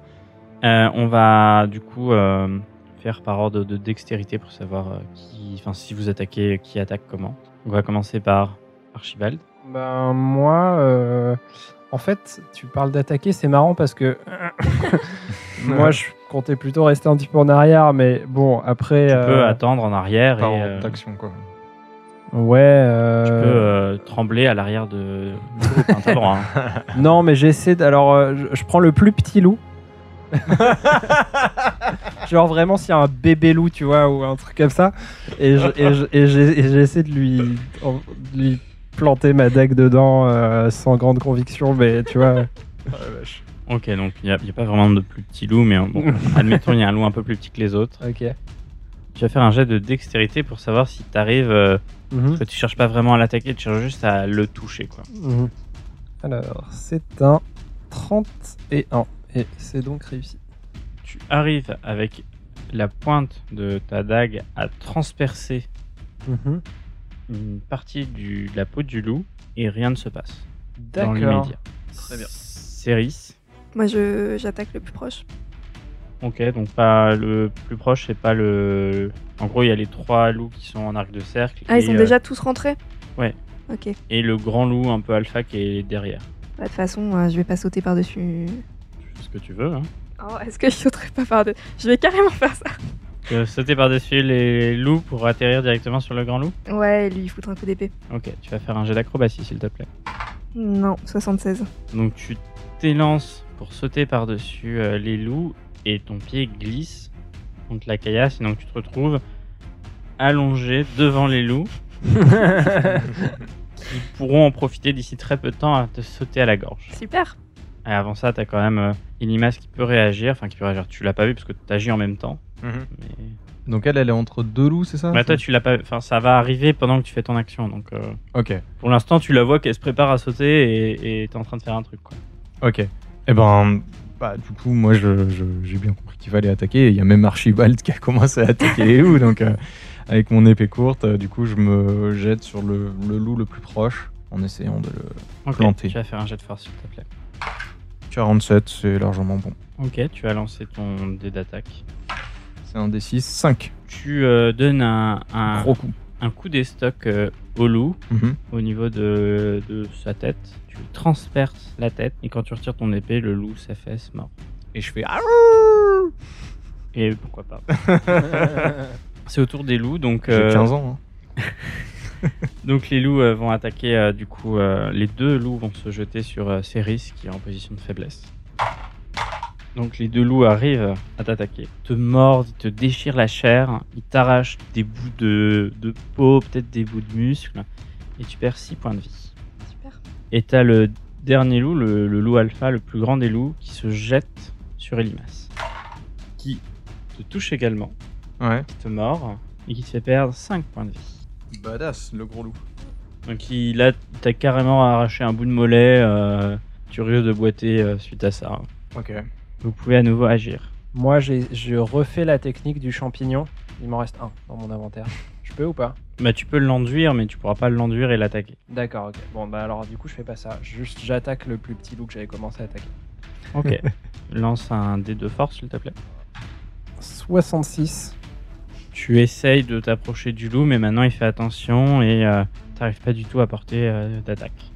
Speaker 4: Euh, on va du coup euh, faire par ordre de dextérité pour savoir euh, qui, enfin si vous attaquez, qui attaque comment. On va commencer par Archibald.
Speaker 6: Ben moi, euh, en fait, tu parles d'attaquer, c'est marrant parce que moi je comptais plutôt rester un petit peu en arrière, mais bon après.
Speaker 4: Tu peux
Speaker 6: euh,
Speaker 4: attendre en arrière
Speaker 2: Par
Speaker 4: et
Speaker 2: ordre
Speaker 4: euh,
Speaker 2: d'action, quoi.
Speaker 6: ouais.
Speaker 4: tu peux
Speaker 6: euh,
Speaker 4: euh, trembler à l'arrière de. du groupe, hein, t'as le droit, hein.
Speaker 6: Non, mais j'essaie. d- Alors, euh, je, je prends le plus petit loup. Genre vraiment s'il y a un bébé loup, tu vois, ou un truc comme ça, et je- et je- et j'ai- et j'essaie de lui, en- de lui planter ma dague dedans euh, sans grande conviction, mais tu vois.
Speaker 4: Oh Ok, donc il n'y a, il y a pas vraiment de plus petit loup, mais euh, bon, admettons, il y a un loup un peu plus petit que les autres.
Speaker 6: Ok.
Speaker 4: Tu vas faire un jet de dextérité pour savoir si t'arrives. arrives que tu cherches pas vraiment à l'attaquer, tu cherches juste à le toucher, quoi.
Speaker 6: Mhm. Alors, c'est un 31 et c'est donc réussi.
Speaker 4: Tu arrives avec la pointe de ta dague à transpercer
Speaker 6: Mhm.
Speaker 4: une partie du, de la peau du loup et rien ne se passe. Dans
Speaker 6: D'accord.
Speaker 4: l'immédiat.
Speaker 6: Très bien.
Speaker 4: Céris.
Speaker 3: Moi, je- j'attaque le plus proche.
Speaker 4: Ok, donc pas le plus proche, c'est pas le. En gros, il y a les trois loups qui sont en arc de cercle.
Speaker 3: Ah, ils
Speaker 4: et,
Speaker 3: sont
Speaker 4: euh,
Speaker 3: déjà tous rentrés
Speaker 4: ouais.
Speaker 3: Ok. Bah,
Speaker 4: et le grand loup un peu alpha qui est derrière.
Speaker 3: De toute façon, euh, je vais pas sauter par-dessus.
Speaker 4: ce que tu veux. Hein.
Speaker 3: Oh, est-ce que je sauterai pas par-dessus Je vais carrément faire ça.
Speaker 4: Tu veux sauter par-dessus les loups pour atterrir directement sur le grand loup
Speaker 3: Ouais, lui, il foutre un coup d'épée.
Speaker 4: Ok, tu vas faire un jet d'acrobatie s'il te plaît.
Speaker 3: Non, 76.
Speaker 4: Donc tu t'élances pour sauter par-dessus euh, les loups et ton pied glisse contre la caillasse et donc tu te retrouves allongé devant les loups qui pourront en profiter d'ici très peu de temps à te sauter à la gorge.
Speaker 3: Super.
Speaker 4: Et avant ça, t'as quand même euh, Ilimas qui peut réagir, enfin qui peut réagir, tu l'as pas vu parce que t'agis en même temps.
Speaker 2: Mhm.
Speaker 4: Mais...
Speaker 2: Donc elle, elle est entre deux loups, c'est ça
Speaker 4: Bah toi tu l'as pas, enfin ça va arriver pendant que tu fais ton action donc euh,
Speaker 2: Ok.
Speaker 4: pour l'instant tu la vois qu'elle se prépare à sauter et et t'es en train de faire un truc quoi.
Speaker 2: Ok. Eh ben, bah, du coup, moi, je- je- j'ai bien compris qu'il fallait attaquer. Il y a même Archibald qui a commencé à attaquer les loups. Donc, euh, avec mon épée courte, euh, du coup, je me jette sur le, le loup le plus proche en essayant de le.
Speaker 4: Ok,
Speaker 2: Planté.
Speaker 4: Tu vas faire un jet de force s'il te plaît.
Speaker 2: 47, c'est largement bon.
Speaker 4: Ok, tu as lancé ton dé d'attaque.
Speaker 2: C'est un D6, 5.
Speaker 4: Tu euh, donnes un, un,
Speaker 2: Gros coup.
Speaker 4: un coup d'estoc euh, au loup
Speaker 2: Mhm.
Speaker 4: au niveau de, de sa tête. Tu lui transperces la tête et quand tu retires ton épée, le loup s'affaisse mort.
Speaker 2: Et je fais.
Speaker 4: Et pourquoi pas C'est autour des loups, donc.
Speaker 2: J'ai
Speaker 4: euh,
Speaker 2: 15 ans. hein.
Speaker 4: Donc les loups euh, vont attaquer, euh, du coup, euh, les deux loups vont se jeter sur euh, Céris qui est en position de faiblesse. Donc les deux loups arrivent à t'attaquer. Ils te mordent, ils te déchirent la chair, ils t'arrachent des bouts de, de peau, peut-être des bouts de muscles, et tu perds 6 points de vie.
Speaker 3: Super.
Speaker 4: Et t'as le dernier loup, le, le loup alpha, le plus grand des loups, qui se jette sur Elimas. Qui te touche également,
Speaker 2: Ouais.
Speaker 4: qui te mord, et qui te fait perdre 5 points de vie.
Speaker 2: Badass, le gros loup.
Speaker 4: Donc il a, t'as carrément arraché un bout de mollet. euh, tu risques de boiter euh, suite à ça.
Speaker 2: Ok.
Speaker 4: Vous pouvez à nouveau agir.
Speaker 6: Moi, j'ai- je refais la technique du champignon. Il m'en reste un dans mon inventaire. Je peux ou pas
Speaker 4: Bah tu peux l'enduire, mais tu pourras pas l'enduire et l'attaquer.
Speaker 6: D'accord, ok. Bon, bah alors du coup, je fais pas ça. Juste, j'attaque le plus petit loup que j'avais commencé à attaquer.
Speaker 4: Ok. Lance un dé de force, s'il te plaît.
Speaker 6: 66.
Speaker 4: Tu essayes de t'approcher du loup, mais maintenant il fait attention et euh, t'arrives pas du tout à porter euh, d'attaque.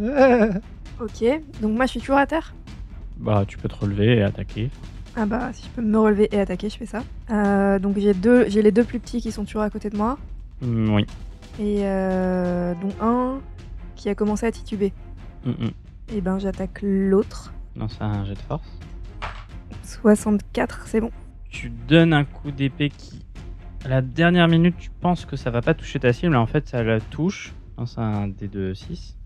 Speaker 3: Ok, donc moi je suis toujours à terre.
Speaker 4: Bah tu peux te relever et attaquer.
Speaker 3: Ah bah si je peux me relever et attaquer, je fais ça. Euh, donc j'ai deux, j'ai les deux plus petits qui sont toujours à côté de moi
Speaker 4: Mm, oui.
Speaker 3: et euh, dont un qui a commencé à tituber.
Speaker 4: Mm, mm.
Speaker 3: Et ben j'attaque l'autre.
Speaker 4: Lance un jet de force.
Speaker 3: 64, c'est bon.
Speaker 4: tu donnes un coup d'épée qui, à la dernière minute, tu penses que ça va pas toucher ta cible, mais en fait, ça la touche. Lance un d de 6.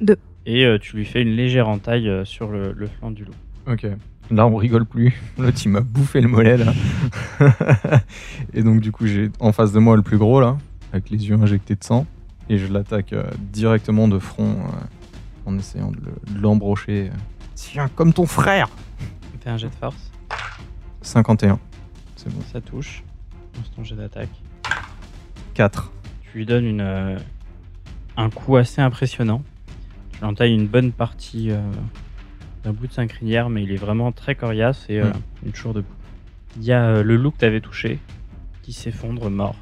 Speaker 3: Deux.
Speaker 4: Et euh, tu lui fais une légère entaille euh, sur le, le flanc du loup.
Speaker 2: Ok. Là, on rigole plus. L'autre, il m'a bouffé le mollet, là. et donc, du coup, j'ai en face de moi le plus gros, là, avec les yeux injectés de sang. Et je l'attaque euh, directement de front euh, en essayant de le- de l'embrocher. euh. Tiens, comme ton frère
Speaker 4: Fais un jet de force.
Speaker 2: 51. C'est bon.
Speaker 4: Ça touche. Lance ton jet d'attaque.
Speaker 2: 4.
Speaker 4: Tu lui donnes une, euh, un coup assez impressionnant. Tu l'entailles une bonne partie euh, d'un bout de cincrinière, mais il est vraiment très coriace et euh,
Speaker 2: Mm.
Speaker 4: il est toujours debout. Il y a euh, le loup que t'avais touché qui s'effondre mort.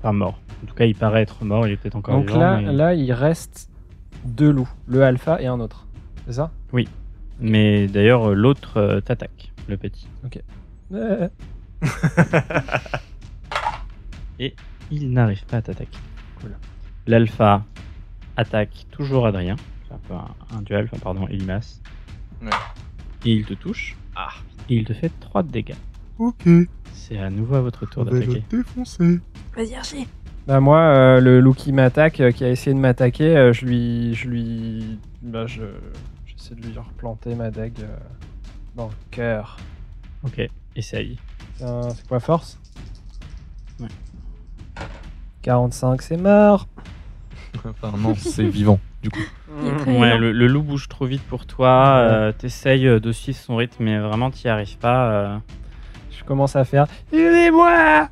Speaker 4: Enfin, mort. En tout cas, il paraît être mort, il est peut-être encore
Speaker 6: Donc
Speaker 4: vivant.
Speaker 6: là,
Speaker 4: mais...
Speaker 6: là, il reste deux loups. Le alpha et un autre. C'est ça
Speaker 4: mais d'ailleurs, euh, l'autre euh, t'attaque, le petit.
Speaker 6: Euh,
Speaker 4: Il n'arrive pas à t'attaquer.
Speaker 6: Cool.
Speaker 4: L'alpha attaque toujours Adrien. C'est un peu un, un duel, enfin, pardon, Elimas.
Speaker 2: Ouais.
Speaker 4: Et il te touche. Et il te fait 3 de dégâts.
Speaker 2: Ok, Ah bah,
Speaker 4: C'est à nouveau à votre tour d'attaquer.
Speaker 2: défoncer.
Speaker 3: Vas-y Archie.
Speaker 6: Bah moi, euh, le loup qui m'attaque, euh, qui a essayé de m'attaquer, euh, je lui, je lui, bah je, j'essaie de lui replanter ma dague euh, dans le cœur.
Speaker 4: Ok, essaye.
Speaker 6: Putain, C'est quoi force
Speaker 4: Ouais.
Speaker 6: 45, c'est mort.
Speaker 2: Enfin, non, c'est vivant, du coup.
Speaker 3: Il est très
Speaker 4: Ouais,
Speaker 3: lent.
Speaker 4: le, le loup bouge trop vite pour toi. euh, T'essayes euh, de suivre son rythme, mais vraiment, t'y arrives pas. euh.
Speaker 6: Je commence à faire. Aidez-moi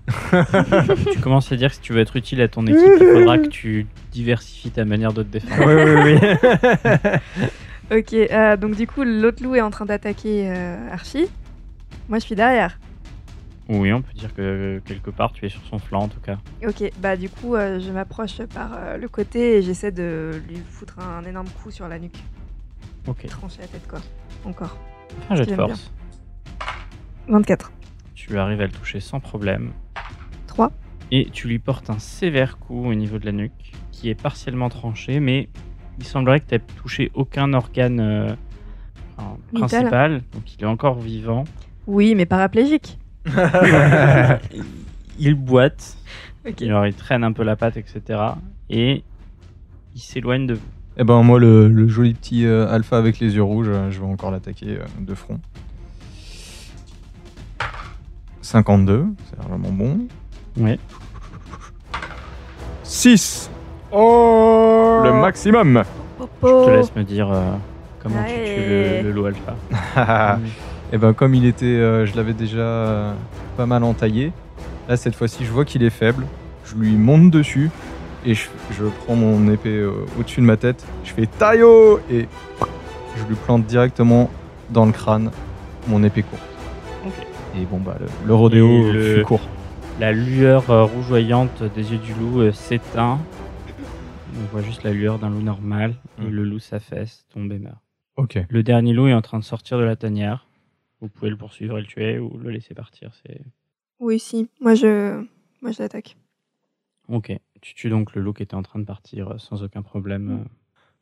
Speaker 4: tu commences à dire que si tu veux être utile à ton équipe, il faudra que tu diversifies ta manière de te défendre.
Speaker 6: Oui, oui, oui.
Speaker 3: Ok, euh, donc du coup l'autre loup est en train d'attaquer euh, Archie. Moi je suis derrière.
Speaker 4: Oui, on peut dire que euh, quelque part, tu es sur son flanc en tout cas.
Speaker 3: Ok, bah du coup euh, je m'approche par euh, le côté et j'essaie de lui foutre un énorme coup sur la nuque.
Speaker 4: Ok.
Speaker 3: Trancher la tête quoi. Encore.
Speaker 4: Fais Un jet de
Speaker 3: J'aime bien.
Speaker 4: force.
Speaker 3: 24.
Speaker 4: Tu arrives à le toucher sans problème.
Speaker 3: 3.
Speaker 4: Et tu lui portes un sévère coup au niveau de la nuque, qui est partiellement tranché, mais il semblerait que tu n'aies touché aucun organe euh, enfin,
Speaker 3: Vital.
Speaker 4: principal, donc il est encore vivant.
Speaker 3: Oui, mais paraplégique.
Speaker 4: il il boite,
Speaker 3: Ok.
Speaker 4: alors il traîne un peu la patte, etc. Et il s'éloigne de vous.
Speaker 2: Eh ben, moi, le, le joli petit euh, alpha avec les yeux rouges, euh, je vais encore l'attaquer euh, de front. 52, c'est largement bon.
Speaker 4: Oui.
Speaker 2: 6 Oh Le maximum
Speaker 4: Je te laisse me dire euh, comment tu tues le,
Speaker 3: Oh. Ouais.
Speaker 4: le loup alpha. Mmh.
Speaker 2: Et ben, comme il était, euh, je l'avais déjà euh, pas mal entaillé, là, cette fois-ci, je vois qu'il est faible, je lui monte dessus, et je, je prends mon épée euh, au-dessus de ma tête, je fais Taio Et je lui plante directement dans le crâne mon épée courte.
Speaker 4: Ok.
Speaker 2: Et bon, bah, le, le rodéo
Speaker 4: Et le-
Speaker 2: fut court.
Speaker 4: La lueur euh, rougeoyante des yeux du loup euh, s'éteint. On voit juste la lueur d'un loup normal. Et
Speaker 2: Mm.
Speaker 4: le loup s'affaisse, tombe et meurt.
Speaker 2: Ok.
Speaker 4: Le dernier loup est en train de sortir de la tanière. Vous pouvez le poursuivre et le tuer ou le laisser partir. C'est
Speaker 3: Oui, si. Moi, je, moi, je l'attaque.
Speaker 4: ok. Tu tues donc le loup qui était en train de partir euh, sans aucun problème.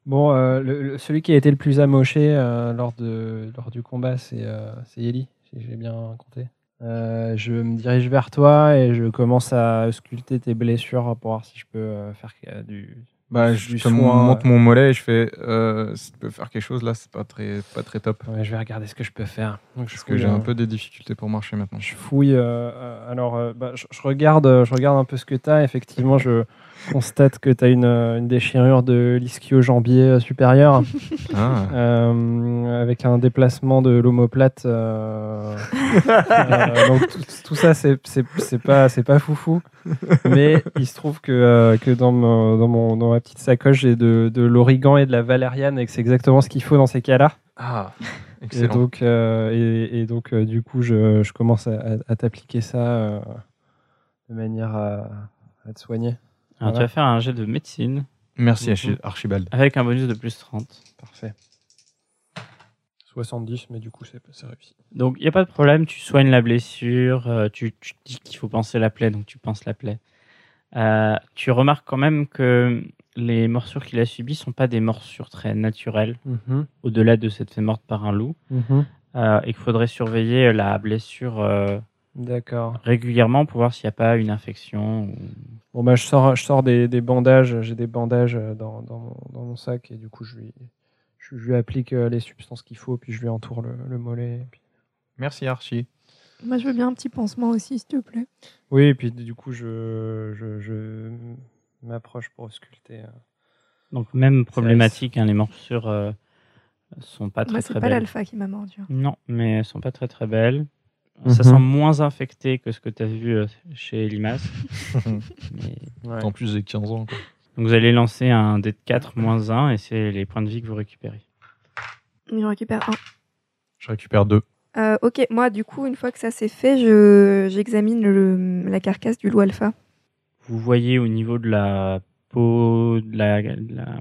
Speaker 6: Bon, euh, le- le- celui qui a été le plus amoché euh, lors, de, lors du combat, c'est euh, c'est Yeli, si j'ai bien compté. Euh, je me dirige vers toi et je commence à ausculter tes blessures pour voir si je peux euh, faire euh, du.
Speaker 2: Bah, je
Speaker 6: du
Speaker 2: te
Speaker 6: soin,
Speaker 2: monte
Speaker 6: ouais.
Speaker 2: mon mollet et je fais euh, si tu peux faire quelque chose là, c'est pas très, pas très top.
Speaker 6: Ouais, je vais regarder ce que je peux faire. Donc, je
Speaker 2: Parce
Speaker 6: fouille,
Speaker 2: que j'ai un
Speaker 6: euh,
Speaker 2: peu des difficultés pour marcher maintenant.
Speaker 6: Je fouille. euh, euh, alors, euh, bah, je, je regarde, euh, je regarde un peu ce que tu as. Effectivement, je constate que tu as une, euh, une déchirure de l'ischio-jambier euh, supérieur
Speaker 2: Ah.
Speaker 6: euh, avec un déplacement de l'omoplate. euh, euh, donc, tout, tout ça, c'est c'est- c'est pas, c'est pas foufou. Mais il se trouve que, euh, que dans, mon- dans, mon, dans ma petite sacoche, j'ai de, de l'origan et de la valériane et que c'est exactement ce qu'il faut dans ces cas-là.
Speaker 2: Ah,
Speaker 6: Et
Speaker 2: excellent.
Speaker 6: donc, euh, et, et donc euh, du coup, je, je commence à, à- à t'appliquer ça euh, de manière à, à te soigner.
Speaker 4: Alors,
Speaker 6: Voilà.
Speaker 4: Tu vas faire un jet de médecine
Speaker 2: Merci Archi- Archibald.
Speaker 4: avec un bonus de plus 30.
Speaker 6: Parfait. 70, mais du coup, c'est c'est réussi.
Speaker 4: Donc, il n'y a pas de problème, tu soignes la blessure, euh, tu, tu dis qu'il faut penser la plaie, donc tu penses la plaie. Euh, tu remarques quand même que les morsures qu'il a subies sont pas des morsures très naturelles,
Speaker 6: Mhm,
Speaker 4: au-delà de cette fait morte par un loup, euh, et qu'il faudrait surveiller la blessure euh,
Speaker 6: D'accord.
Speaker 4: régulièrement pour voir s'il n'y a pas une infection. ou-
Speaker 6: Bon, bah, je sors, je sors des, des bandages. J'ai des bandages euh, dans, dans, mon, dans mon sac et du coup, je lui, je, je lui applique euh, les substances qu'il faut, puis je lui entoure le, le mollet. et puis-
Speaker 2: Merci Archie.
Speaker 3: Moi, je veux bien un petit pansement aussi, s'il te plaît.
Speaker 6: Oui, et puis du coup, je, je, je m'approche pour ausculter. euh,
Speaker 4: Donc, même problématique, hein, les morsures euh, sont pas très
Speaker 3: Moi,
Speaker 4: très
Speaker 3: Bah, c'est pas
Speaker 4: belles.
Speaker 3: l'alpha qui m'a mordu. hein.
Speaker 4: Non, mais elles sont pas très très belles.
Speaker 6: Mhm.
Speaker 4: Ça sent moins infecté que ce que tu as vu euh, chez Limas. Mais-
Speaker 6: ouais.
Speaker 2: En plus j'ai 15 ans. quoi.
Speaker 4: Donc vous allez lancer un dé de 4 moins 1 et c'est les points de vie que vous récupérez.
Speaker 3: Je récupère un.
Speaker 2: Je récupère deux.
Speaker 3: Euh, ok, moi, du coup, une fois que ça c'est fait, je j'examine le- la carcasse du loup alpha.
Speaker 4: Vous voyez au niveau de la peau, de la- de la-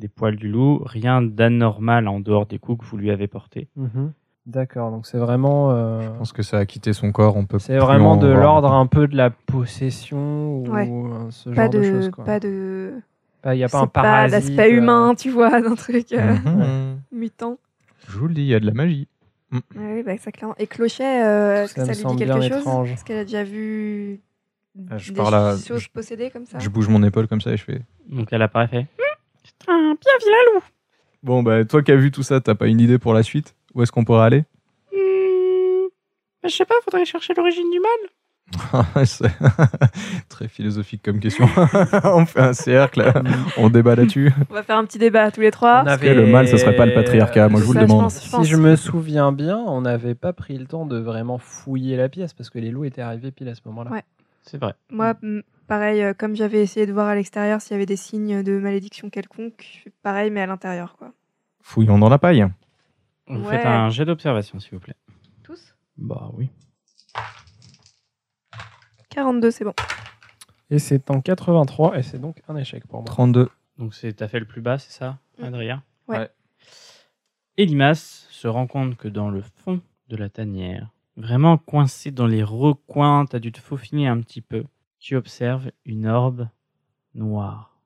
Speaker 4: des poils du loup, rien d'anormal en dehors des coups que vous lui avez portés.
Speaker 6: Mhm. D'accord, donc c'est vraiment, euh,
Speaker 2: Je pense que ça a quitté son corps. On peut.
Speaker 6: c'est
Speaker 2: plus
Speaker 6: vraiment
Speaker 2: en
Speaker 6: de
Speaker 2: voir.
Speaker 6: l'ordre un peu de la possession ou
Speaker 3: Ouais.
Speaker 6: euh, ce
Speaker 3: Pas
Speaker 6: genre de,
Speaker 3: de,
Speaker 6: choses. quoi.
Speaker 3: pas de.
Speaker 6: Pas- Il n'y a pas
Speaker 3: c'est
Speaker 6: un parasite.
Speaker 3: l'aspect
Speaker 6: euh, Hmm.
Speaker 3: humain, tu vois, d'un truc euh,
Speaker 2: Mhm.
Speaker 3: mutant.
Speaker 2: Je vous le dis, il y a de la magie.
Speaker 3: Ouais, oui, bah, ça clairement. Et Clochet, euh,
Speaker 6: Tout
Speaker 3: est-ce que
Speaker 6: ça
Speaker 3: ça
Speaker 6: me
Speaker 3: lui dit
Speaker 6: semble
Speaker 3: quelque
Speaker 6: bien
Speaker 3: chose
Speaker 6: étrange. Euh,
Speaker 3: Est-ce qu'elle a déjà vu
Speaker 2: Ah, je
Speaker 3: des
Speaker 2: parle à-
Speaker 3: choses
Speaker 2: je-
Speaker 3: possédées comme ça
Speaker 2: Je bouge mon épaule comme ça et je fais.
Speaker 4: Donc elle apparaît fait.
Speaker 7: Un bien vilain loup.
Speaker 2: Bon bah toi qui as vu tout ça, t'as pas une idée pour la suite Où est-ce qu'on pourrait aller
Speaker 7: Hmm. Bah, je sais pas, faudrait chercher l'origine du mal.
Speaker 2: C'est Très philosophique comme question. on fait un cercle, on débat là-dessus.
Speaker 3: On va faire un petit débat tous les
Speaker 6: on
Speaker 3: trois.
Speaker 2: que le mal, ce serait pas le patriarcat, moi, je vous le
Speaker 3: Ça, je
Speaker 2: demande.
Speaker 3: pense, je
Speaker 6: Ah. Si
Speaker 3: pense.
Speaker 6: je me souviens bien, on n'avait pas pris le temps de vraiment fouiller la pièce parce que les loups étaient arrivés pile à ce moment-là.
Speaker 3: Ouais.
Speaker 4: C'est vrai.
Speaker 3: Moi,
Speaker 2: Mm.
Speaker 3: m- pareil, euh, comme j'avais essayé de voir à l'extérieur s'il y avait des signes de malédiction quelconque, je fais pareil, mais à l'intérieur, quoi.
Speaker 2: Fouillons dans la paille.
Speaker 4: Vous
Speaker 3: Ouais.
Speaker 4: faites un jet d'observation s'il vous plaît.
Speaker 3: Tous
Speaker 4: Bah oui.
Speaker 3: 42, c'est bon.
Speaker 6: Et c'est en 83 et c'est donc un échec pour moi.
Speaker 2: 32.
Speaker 4: Donc c'est t'as fait le plus bas, c'est ça,
Speaker 3: Mm.
Speaker 4: Adrien
Speaker 3: Ouais.
Speaker 2: Ouais.
Speaker 4: Et Limas se rend compte que dans le fond de la tanière, vraiment coincé dans les recoins, t'as dû te faufiner un petit peu. Tu observes une orbe noire,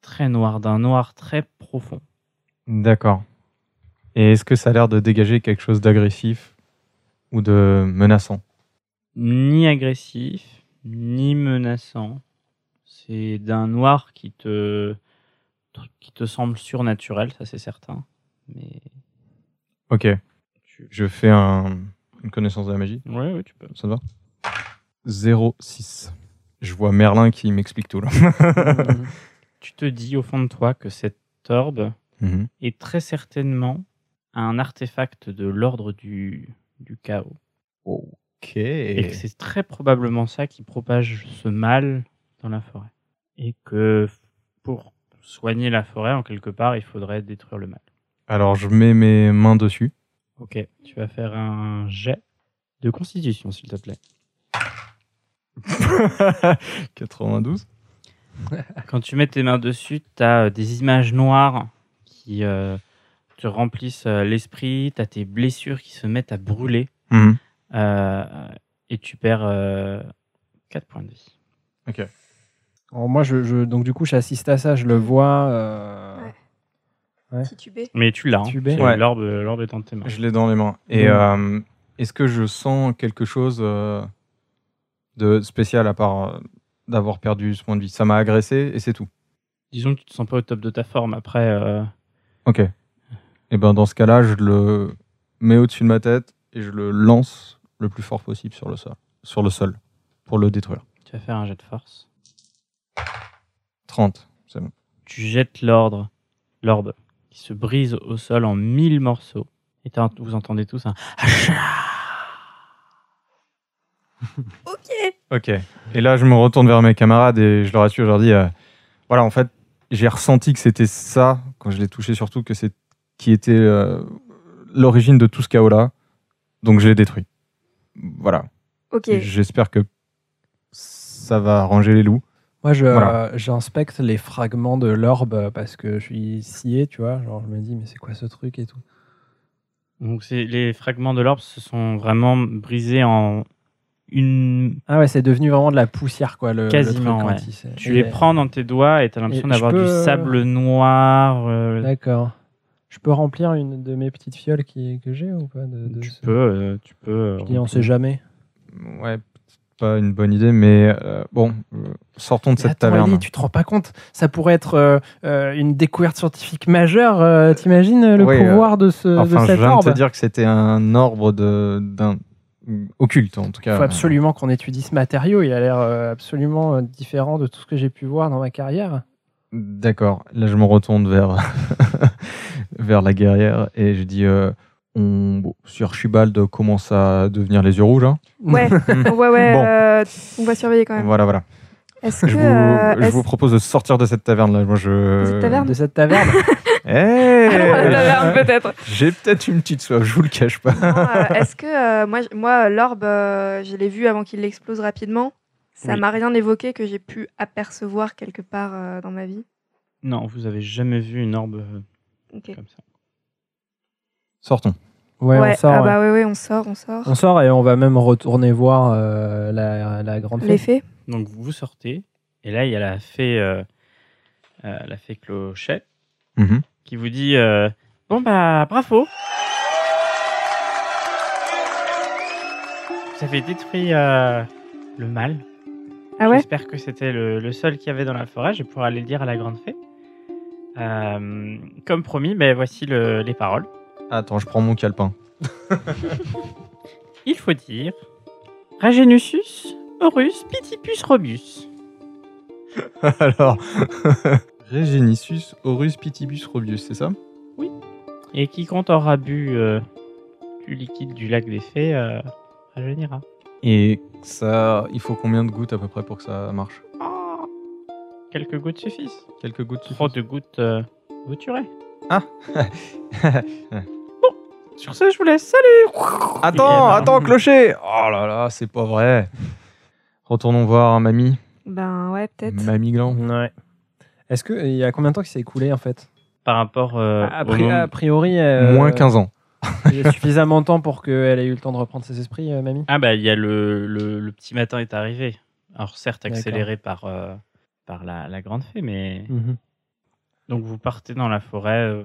Speaker 4: très noire, d'un noir très profond.
Speaker 2: D'accord. Et est-ce que ça a l'air de dégager quelque chose d'agressif ou de menaçant
Speaker 4: Ni agressif, ni menaçant. C'est d'un noir qui te qui te semble surnaturel, ça c'est certain. Mais
Speaker 2: Ok. Je fais un- une connaissance de la magie.
Speaker 4: ouais, ouais, tu peux.
Speaker 2: Ça te va 06. Je vois Merlin qui m'explique tout là.
Speaker 6: Mhm.
Speaker 4: tu te dis au fond de toi que cette orbe
Speaker 2: Mhm.
Speaker 4: est très certainement un artefact de l'ordre du, du chaos.
Speaker 2: Ok.
Speaker 4: Et, que c'est très probablement ça qui propage ce mal dans la forêt. Et que pour soigner la forêt, en quelque part, il faudrait détruire le mal.
Speaker 2: Alors je mets mes mains dessus.
Speaker 4: Ok, tu vas faire un jet de constitution, s'il te plaît.
Speaker 2: 92.
Speaker 4: Quand tu mets tes mains dessus, tu as des images noires qui euh, te remplissent euh, l'esprit, tu as tes blessures qui se mettent à brûler
Speaker 2: Mhm.
Speaker 4: euh, et tu perds 4 points de vie.
Speaker 6: Alors, moi, je, je- donc du coup, j'assiste à ça, je le vois. euh,
Speaker 3: Ouais.
Speaker 6: Ouais.
Speaker 3: Titubé.
Speaker 4: Mais tu l'as, hein.
Speaker 6: Tu bais.
Speaker 4: C'est-
Speaker 2: Ouais.
Speaker 4: l'orbe l'orbe est en tes mains.
Speaker 2: Je l'ai dans les mains. Et
Speaker 6: Mhm.
Speaker 2: euh, est-ce que je sens quelque chose euh, de spécial à part euh, d'avoir perdu ce point de vie Ça m'a agressé et c'est tout.
Speaker 4: Disons que tu te sens pas au top de ta forme après. euh,
Speaker 2: Ok. Et ben dans ce cas-là, je le mets au-dessus de ma tête et je le lance le plus fort possible sur le sol, sur le sol pour le détruire.
Speaker 4: tu vas faire un jet de force.
Speaker 2: 30.
Speaker 4: tu jettes l'ordre, l'orbe qui se brise au sol en mille morceaux. Et t'as- vous entendez tous un.
Speaker 3: Ok.
Speaker 2: Ok. Et là, je me retourne vers mes camarades et je leur assure, je leur dis, euh, voilà, en fait, j'ai ressenti que c'était ça, quand je l'ai touché surtout, que c'est qui était euh, l'origine de tout ce chaos-là. Donc je l'ai détruit. Voilà.
Speaker 3: Ok.
Speaker 2: Et J'espère que ça va ranger les loups.
Speaker 6: Moi, je,
Speaker 2: Voilà.
Speaker 6: euh, j'inspecte les fragments de l'orbe euh, parce que je suis scié, tu vois. Genre, je me dis, mais c'est quoi ce truc et tout.
Speaker 4: Donc c'est- les fragments de l'orbe se sont vraiment brisés en une.
Speaker 6: Ah ouais, c'est devenu vraiment de la poussière, quoi. Le, le
Speaker 4: Quasiment,
Speaker 6: truc, quand
Speaker 4: ouais.
Speaker 6: il s'est-
Speaker 4: Tu
Speaker 6: Et-
Speaker 4: les prends dans tes doigts et t'as l'impression
Speaker 6: Et je
Speaker 4: d'avoir
Speaker 6: peux,
Speaker 4: du
Speaker 6: euh,
Speaker 4: sable noir. euh,
Speaker 6: D'accord. Je peux remplir une de mes petites fioles qui, que j'ai ou pas de, de
Speaker 4: tu
Speaker 6: ce-
Speaker 4: peux, euh, tu peux. euh,
Speaker 6: Je dis, on sait jamais.
Speaker 2: Ouais, c'est pas une bonne idée, mais euh, bon, euh, sortons de
Speaker 6: Mais
Speaker 2: cette
Speaker 6: attends,
Speaker 2: taverne.
Speaker 6: Ali, tu te rends pas compte Ça pourrait être euh, euh, une découverte scientifique majeure. euh, T'imagines euh, le
Speaker 2: Oui, euh,
Speaker 6: pouvoir de, ce,
Speaker 2: enfin,
Speaker 6: de
Speaker 2: je
Speaker 6: cette
Speaker 2: viens de
Speaker 6: orbe
Speaker 2: te dire que c'était un orbre de- d'un occulte en tout
Speaker 6: Il
Speaker 2: cas.
Speaker 6: faut absolument qu'on étudie ce matériau. Il a l'air euh, absolument euh, différent de tout ce que j'ai pu voir dans ma carrière.
Speaker 2: D'accord. Là, je me retourne vers, vers la guerrière et je dis euh, on... bon, si Archibald commence à devenir les yeux rouges, hein,
Speaker 6: Hmm.
Speaker 3: Ouais. ouais, ouais.
Speaker 2: Bon.
Speaker 3: euh, on va surveiller quand même.
Speaker 2: voilà, voilà.
Speaker 3: Est-ce que.
Speaker 2: Je vous,
Speaker 3: euh,
Speaker 2: je
Speaker 3: est-ce-
Speaker 2: vous propose de sortir de cette taverne là. Moi, je.
Speaker 3: Cette taverne Ah
Speaker 6: De cette taverne.
Speaker 2: Hey
Speaker 3: Allons à la taverne, peut-être.
Speaker 2: J'ai peut-être une petite soif, je vous le cache pas.
Speaker 3: Non, euh, Est-ce que euh, moi, je- moi, l'orbe, euh, je l'ai vu avant qu'il l'explose rapidement. Ça
Speaker 4: Oui.
Speaker 3: m'a rien évoqué que j'ai pu apercevoir quelque part euh, dans ma vie.
Speaker 4: Non, vous avez jamais vu une orbe euh,
Speaker 3: Ok.
Speaker 4: comme ça.
Speaker 2: Sortons.
Speaker 6: Ouais, on sort.
Speaker 3: ah
Speaker 6: ouais.
Speaker 3: bah ouais, ouais, on sort, on sort.
Speaker 6: On sort et on va même retourner voir euh, la, la grande
Speaker 3: Les fées
Speaker 6: fête.
Speaker 4: Donc vous sortez et là il y a la fée, euh, euh, la fée Clochette
Speaker 2: Mhm.
Speaker 4: qui vous dit euh, bon bah bravo. Vous avez détruit euh, le mal.
Speaker 3: Ah ouais
Speaker 4: J'espère que c'était le, le seul qu'il y avait dans la forêt. Je vais pouvoir aller le dire à la grande fée. Euh, comme promis, ben voici le- les paroles.
Speaker 2: Attends, je prends mon calepin.
Speaker 4: Il faut dire Ragenusus, Horus, Pitipus, Robus.
Speaker 2: Alors, Regenissus Horus Pitibus Robius, c'est ça
Speaker 4: Et quiconque aura bu euh, du liquide du lac des fées euh, rajeunira.
Speaker 2: Et ça, il faut combien de gouttes à peu près pour que ça marche
Speaker 4: Oh, quelques gouttes suffisent.
Speaker 2: Quelques gouttes
Speaker 4: Trop de gouttes euh, vous tuerez.
Speaker 7: Sur ce, je vous laisse. Salut
Speaker 2: Attends,
Speaker 4: Et-
Speaker 2: attends, clocher Oh là là, c'est pas vrai. Retournons voir mamie.
Speaker 3: Ben ouais, peut-être.
Speaker 2: Mamie Gland.
Speaker 6: Ouais. Est-ce que il y a combien de temps qui s'est écoulé en fait
Speaker 4: Par rapport euh,
Speaker 6: a,
Speaker 4: au
Speaker 6: pri-
Speaker 4: moment-
Speaker 6: a priori, euh,
Speaker 2: Moins 15 ans.
Speaker 6: il y a suffisamment de temps pour qu'elle ait eu le temps de reprendre ses esprits, euh, mamie.
Speaker 4: Ah bah il y a le, le, le petit matin est arrivé. Alors certes
Speaker 6: D'accord.
Speaker 4: accéléré par, euh, par la, la grande fée, mais... Donc vous partez dans la forêt euh,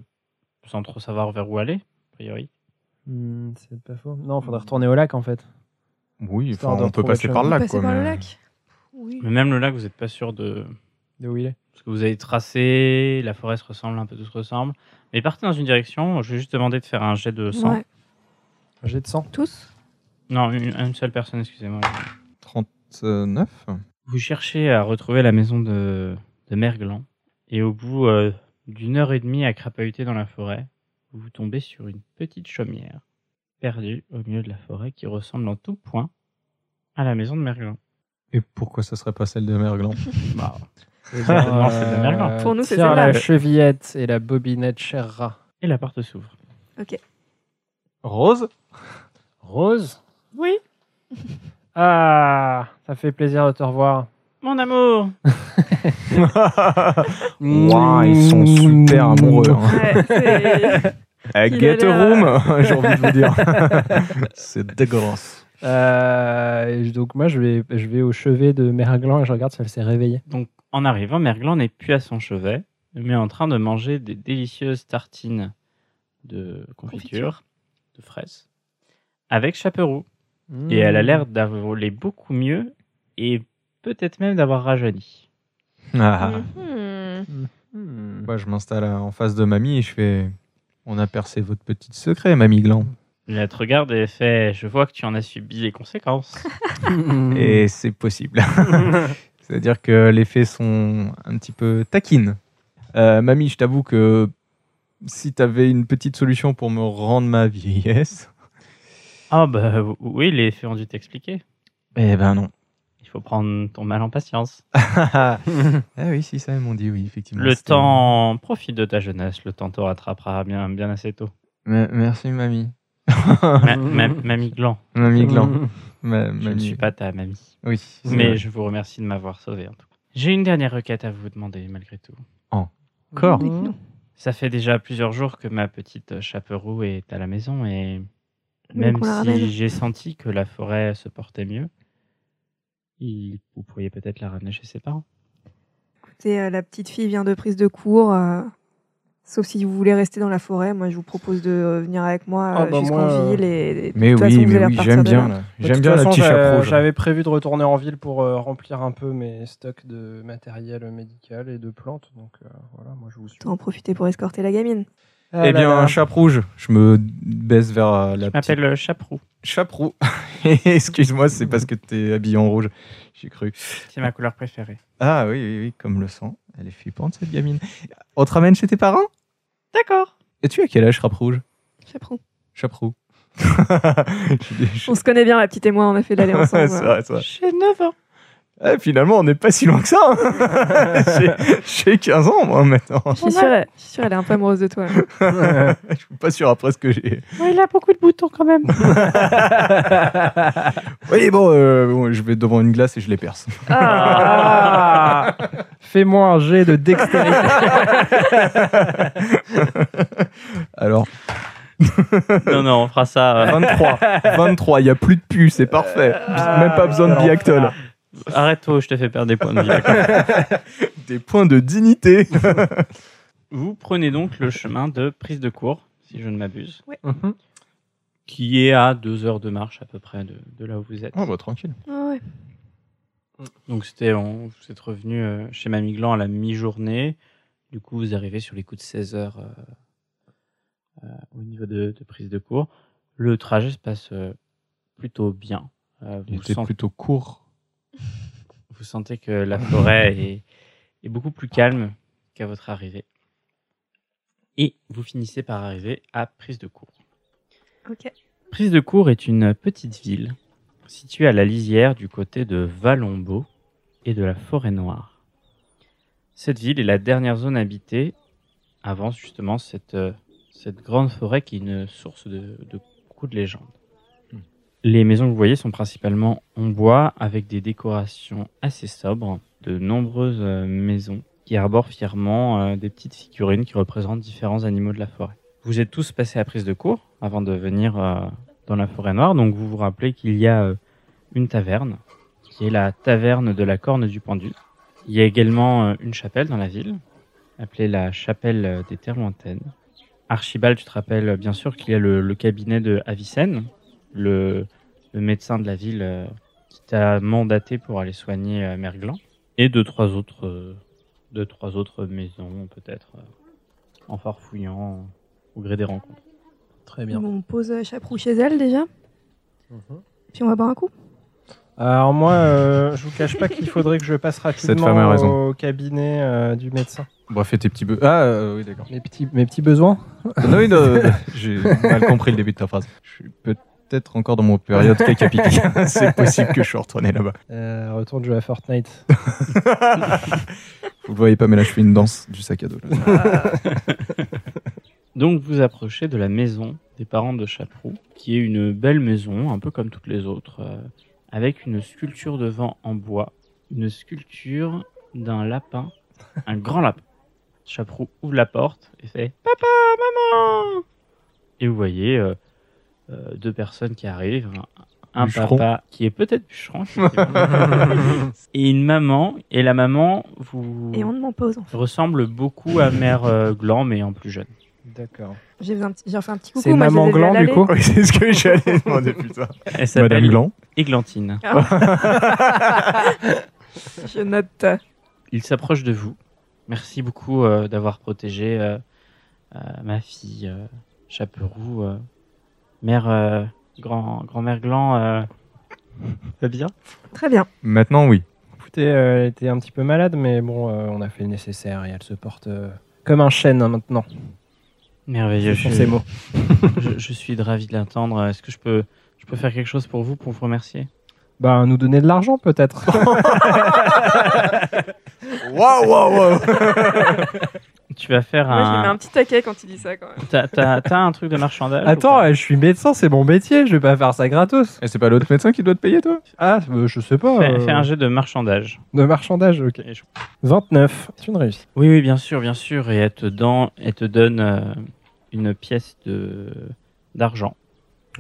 Speaker 4: sans trop savoir vers où aller, a priori.
Speaker 6: Hmm, c'est pas faux. Non, faudrait retourner au lac en fait.
Speaker 2: Oui,
Speaker 6: Histoire
Speaker 2: enfin,
Speaker 6: de
Speaker 2: on peut passer
Speaker 6: retrouver autre
Speaker 2: par le
Speaker 6: chose.
Speaker 2: lac.
Speaker 3: Passer
Speaker 2: quoi,
Speaker 3: par le
Speaker 2: mais-
Speaker 3: lac Oui.
Speaker 4: Mais même le lac, vous n'êtes pas sûr de...
Speaker 6: De où il est
Speaker 4: Parce que vous avez tracé, la forêt se ressemble, un peu tout se ressemble. Mais partez dans une direction, je vais juste demander de faire un jet de sang.
Speaker 3: Ouais.
Speaker 6: Un jet de sang.
Speaker 3: Tous
Speaker 4: Non, une, une seule personne, excusez-moi.
Speaker 2: 39
Speaker 4: Vous cherchez à retrouver la maison de, de Mergland. Et au bout euh, d'une heure et demie à crapahuter dans la forêt, vous tombez sur une petite chaumière perdue au milieu de la forêt qui ressemble en tout point à la maison de Mergland.
Speaker 2: Et pourquoi ça serait pas celle de Mère Gland
Speaker 4: Bah, Certainement, c'est de Merlin.
Speaker 6: Euh,
Speaker 3: Pour nous, c'est
Speaker 6: tire
Speaker 3: celle-là.
Speaker 6: la chevillette et la bobinette, cher rat.
Speaker 4: et la porte s'ouvre.
Speaker 2: Rose
Speaker 6: Rose
Speaker 7: Oui,
Speaker 6: Ah, ça fait plaisir de te revoir.
Speaker 7: mon amour.
Speaker 2: Ouah, ils sont super amoureux. hein.
Speaker 3: Ouais, c'est-
Speaker 2: Euh,
Speaker 3: Il a
Speaker 2: Get a
Speaker 3: l'air- euh,
Speaker 2: room, j'ai envie de vous dire. c'est dégueulasse.
Speaker 6: Euh, et donc moi, je vais, je vais au chevet de Meraglan et je regarde si elle s'est réveillée.
Speaker 4: Donc, en arrivant, Mergland n'est plus à son chevet, mais en train de manger des délicieuses tartines de confiture, de fraises, avec Chaperoux. Et elle a l'air d'aller beaucoup mieux et peut-être même d'avoir rajeuni.
Speaker 2: Ah.
Speaker 9: Mhm.
Speaker 6: Hmm.
Speaker 2: Bah, je m'installe euh, en face de mamie et je fais On a percé votre petit secret, mamie Glan.
Speaker 4: Et Elle te regarde et elle fait Je vois que tu en as subi les conséquences.
Speaker 2: Et c'est possible. C'est-à-dire que les faits sont un petit peu taquines. Euh, mamie, je t'avoue que si t'avais une petite solution pour me rendre ma vieillesse.
Speaker 4: Ah, bah oui, les faits ont dû t'expliquer.
Speaker 2: Eh ben non.
Speaker 4: Il faut prendre ton mal en patience.
Speaker 2: ah oui, si, ça, ils m'ont dit, oui, effectivement.
Speaker 4: Le
Speaker 2: c'était-
Speaker 4: temps, profite de ta jeunesse, le temps te rattrapera bien, bien assez tôt.
Speaker 2: Me- merci, mamie.
Speaker 4: Ma- ma- mamie Gland,
Speaker 2: Mamie Glan. Ma-
Speaker 4: je ne
Speaker 2: mamie.
Speaker 4: suis pas ta mamie,
Speaker 2: Oui. c'est
Speaker 4: mais
Speaker 2: vrai.
Speaker 4: je vous remercie de m'avoir sauvé en tout cas. J'ai une dernière requête à vous demander malgré tout.
Speaker 2: Encore
Speaker 3: Dites-nous.
Speaker 6: Bah,
Speaker 4: Ça fait déjà plusieurs jours que ma petite euh, chaperoux est à la maison et
Speaker 3: Oui,
Speaker 4: même
Speaker 3: qu'on la ramène.
Speaker 4: si j'ai senti que la forêt se portait mieux, il- vous pourriez peut-être la ramener chez ses parents.
Speaker 3: Écoutez, euh, la petite fille vient de prise de cours. euh, sauf si vous voulez rester dans la forêt, moi je vous propose de euh, venir avec moi
Speaker 6: Ah,
Speaker 3: euh,
Speaker 6: bah,
Speaker 3: jusqu'en
Speaker 6: moi, euh,
Speaker 3: ville. Et, et de
Speaker 2: Mais
Speaker 3: toute façon,
Speaker 2: oui,
Speaker 3: vous
Speaker 2: mais
Speaker 3: allez
Speaker 2: oui,
Speaker 3: repartir
Speaker 2: j'aime
Speaker 3: de euh,
Speaker 2: bien.
Speaker 3: là.
Speaker 2: là.
Speaker 6: De
Speaker 2: J'aime
Speaker 6: toute
Speaker 2: bien la
Speaker 6: façon,
Speaker 2: petite
Speaker 6: j'a-
Speaker 2: chapeau.
Speaker 6: J'avais prévu de retourner en ville pour euh, remplir un peu mes stocks de matériel médical et de plantes. Donc euh, voilà, moi je vous suis.
Speaker 3: Autant en profiter pour escorter la gamine.
Speaker 6: Ah
Speaker 2: Eh
Speaker 6: là
Speaker 2: bien,
Speaker 6: là.
Speaker 2: chape rouge, je me baisse vers euh, la
Speaker 4: Je
Speaker 2: petite...
Speaker 4: m'appelle euh, Chaperoux,
Speaker 2: Chape roux. Excuse-moi, c'est parce que t'es habillé en rouge. J'ai cru.
Speaker 4: c'est ma couleur préférée.
Speaker 2: Ah oui, oui, oui, comme le sang. Elle est flippante, cette gamine. On te ramène chez tes parents
Speaker 7: D'accord.
Speaker 2: Et tu as quel âge, chape rouge
Speaker 3: Chaperon.
Speaker 2: Chape roux. Je suis hein. dé- je-
Speaker 3: On se connaît bien, la petite et moi, on a fait de l'allée
Speaker 2: Ouais,
Speaker 3: ensemble.
Speaker 2: c'est vrai, c'est vrai.
Speaker 7: J'ai 9 ans.
Speaker 2: Eh, finalement, on n'est pas si loin que ça. hein. J'ai- J'ai 15 ans, moi, maintenant.
Speaker 3: Je suis sûre, je suis sûre, elle est un peu amoureuse de toi.
Speaker 2: Je suis pas sûr après ce que j'ai.
Speaker 7: Ouais, il a beaucoup de boutons quand même.
Speaker 2: Oui, bon, euh, bon, je vais devant une glace et je les perce.
Speaker 6: Ah Fais-moi un jet de dextérité.
Speaker 2: Alors,
Speaker 4: non, non, on fera ça. euh,
Speaker 2: 23. 23, il n'y a plus de pu, c'est parfait. Même pas besoin de
Speaker 6: alors,
Speaker 2: Biactol.
Speaker 4: Arrête-toi, je te fais perdre des points de vie.
Speaker 2: Des points de dignité.
Speaker 4: Vous prenez donc le chemin de prise de cours, si je ne m'abuse,
Speaker 6: Mhm.
Speaker 4: qui est à deux heures de marche à peu près de, de là où vous êtes.
Speaker 2: bah tranquille.
Speaker 3: Ah ouais.
Speaker 4: Donc c'était, on- vous êtes revenu euh, chez Mamie Glan à la mi-journée. Du coup, vous arrivez sur les coups de 16 heures euh, euh, au niveau de, de prise de cours. Le trajet se passe euh, plutôt bien. Euh,
Speaker 2: Il
Speaker 4: vous,
Speaker 2: était
Speaker 4: sentez,
Speaker 2: plutôt court.
Speaker 4: vous sentez que la forêt est, est beaucoup plus calme qu'à votre arrivée. Et vous finissez par arriver à prise de cours.
Speaker 3: Ok.
Speaker 4: Prise de Cour est une petite ville située à la lisière du côté de Valombo et de la Forêt Noire. Cette ville est la dernière zone habitée avant justement cette, euh, cette grande forêt qui est une source de, de beaucoup de légendes. Les maisons que vous voyez sont principalement en bois avec des décorations assez sobres, de nombreuses euh, maisons qui arborent fièrement euh, des petites figurines qui représentent différents animaux de la forêt. Vous êtes tous passés à prise de cours avant de venir euh, dans la forêt noire. Donc vous vous rappelez qu'il y a euh, une taverne, qui est la taverne de la corne du pendu. Il y a également euh, une chapelle dans la ville, appelée la chapelle euh, des terres lointaines. Archibald, tu te rappelles euh, bien sûr qu'il y a le, le cabinet de Avicenne, le, le médecin de la ville euh, qui t'a mandaté pour aller soigner euh, Merglan, et deux trois autres, euh, deux trois autres maisons peut-être, euh, en farfouillant euh, au gré des rencontres.
Speaker 6: Très
Speaker 3: Bon, on pose euh, Chaperon chez elle déjà,
Speaker 6: Uh-huh.
Speaker 3: puis on va boire un coup.
Speaker 6: Alors moi, euh, je vous cache pas qu'il faudrait que je passe
Speaker 2: Cette femme a
Speaker 6: rapidement
Speaker 2: raison.
Speaker 6: au cabinet euh, du médecin.
Speaker 2: Bref, fais tes petits bœufs. Ah euh, oui, d'accord.
Speaker 6: Mes petits, mes petits besoins.
Speaker 2: non, oui, non, non, j'ai mal compris le début de ta phrase. Je suis peut-être encore dans mon période cacapique. c'est possible que je sois retourné là-bas.
Speaker 6: Euh, retourne jouer à Fortnite.
Speaker 2: Vous le voyez pas, mais là, je fais une danse du sac à dos. là.
Speaker 4: Donc vous approchez de la maison des parents de Chaperoux, qui est une belle maison, un peu comme toutes les autres, euh, avec une sculpture de vent en bois, une sculpture d'un lapin, un grand lapin. Chaperoux ouvre la porte et fait Papa, maman Et vous voyez euh, euh, deux personnes qui arrivent, un, un
Speaker 2: Bûcheron.
Speaker 4: papa qui est peut-être bûcheron, effectivement, et une maman. Et la maman vous
Speaker 3: Et on ne ment pas aux enfants.
Speaker 4: ressemble beaucoup à mère euh, Gland, mais en plus jeune.
Speaker 6: D'accord.
Speaker 3: J'ai fait un petit- j'ai fait un petit coucou.
Speaker 6: C'est
Speaker 3: moi, je
Speaker 6: maman
Speaker 3: les ai vus à
Speaker 6: gland du
Speaker 3: l'allée.
Speaker 6: coup
Speaker 2: Oui, c'est ce que j'allais demander putain.
Speaker 4: Elle
Speaker 2: Madame
Speaker 4: s'appelle
Speaker 2: Glan.
Speaker 4: Églantine.
Speaker 3: Je note.
Speaker 4: Il s'approche de vous. Merci beaucoup euh, d'avoir protégé euh, euh, ma fille euh, Chaperoux, euh, mère euh, grand grand-mère Gland. euh, va bien.
Speaker 3: Très bien.
Speaker 2: Maintenant, oui.
Speaker 6: Écoutez, euh, elle était un petit peu malade, mais bon, euh, on a fait le nécessaire et elle se porte euh, comme un chêne hein, maintenant.
Speaker 4: Merveilleux.
Speaker 6: Ce
Speaker 4: Je
Speaker 6: sont
Speaker 4: suis,
Speaker 6: ces mots.
Speaker 4: je, je suis ravi de l'entendre. Est-ce que je peux je peux faire quelque chose pour vous pour vous remercier
Speaker 6: Bah, nous donner de l'argent peut-être.
Speaker 2: Waouh, waouh, waouh.
Speaker 4: Tu vas faire
Speaker 3: Moi,
Speaker 6: Ah.
Speaker 3: j'ai mis un
Speaker 4: un.
Speaker 3: petit taquet quand il dit ça quand même.
Speaker 4: T'as t'as- t'as un truc de marchandage ou
Speaker 6: Attends,
Speaker 4: pas
Speaker 6: euh, je suis médecin, c'est mon métier, je vais pas faire ça gratos.
Speaker 2: Et c'est pas l'autre médecin qui doit te payer, toi
Speaker 6: Ah, euh, je sais pas.
Speaker 4: Fais,
Speaker 6: euh,
Speaker 4: fais un jet de marchandage.
Speaker 6: De marchandage, ok.
Speaker 4: Et je-
Speaker 6: 29. C'est une réussite.
Speaker 4: Oui, oui, bien sûr, bien sûr. Et elle te, dan- elle te donne euh, une pièce de d'argent.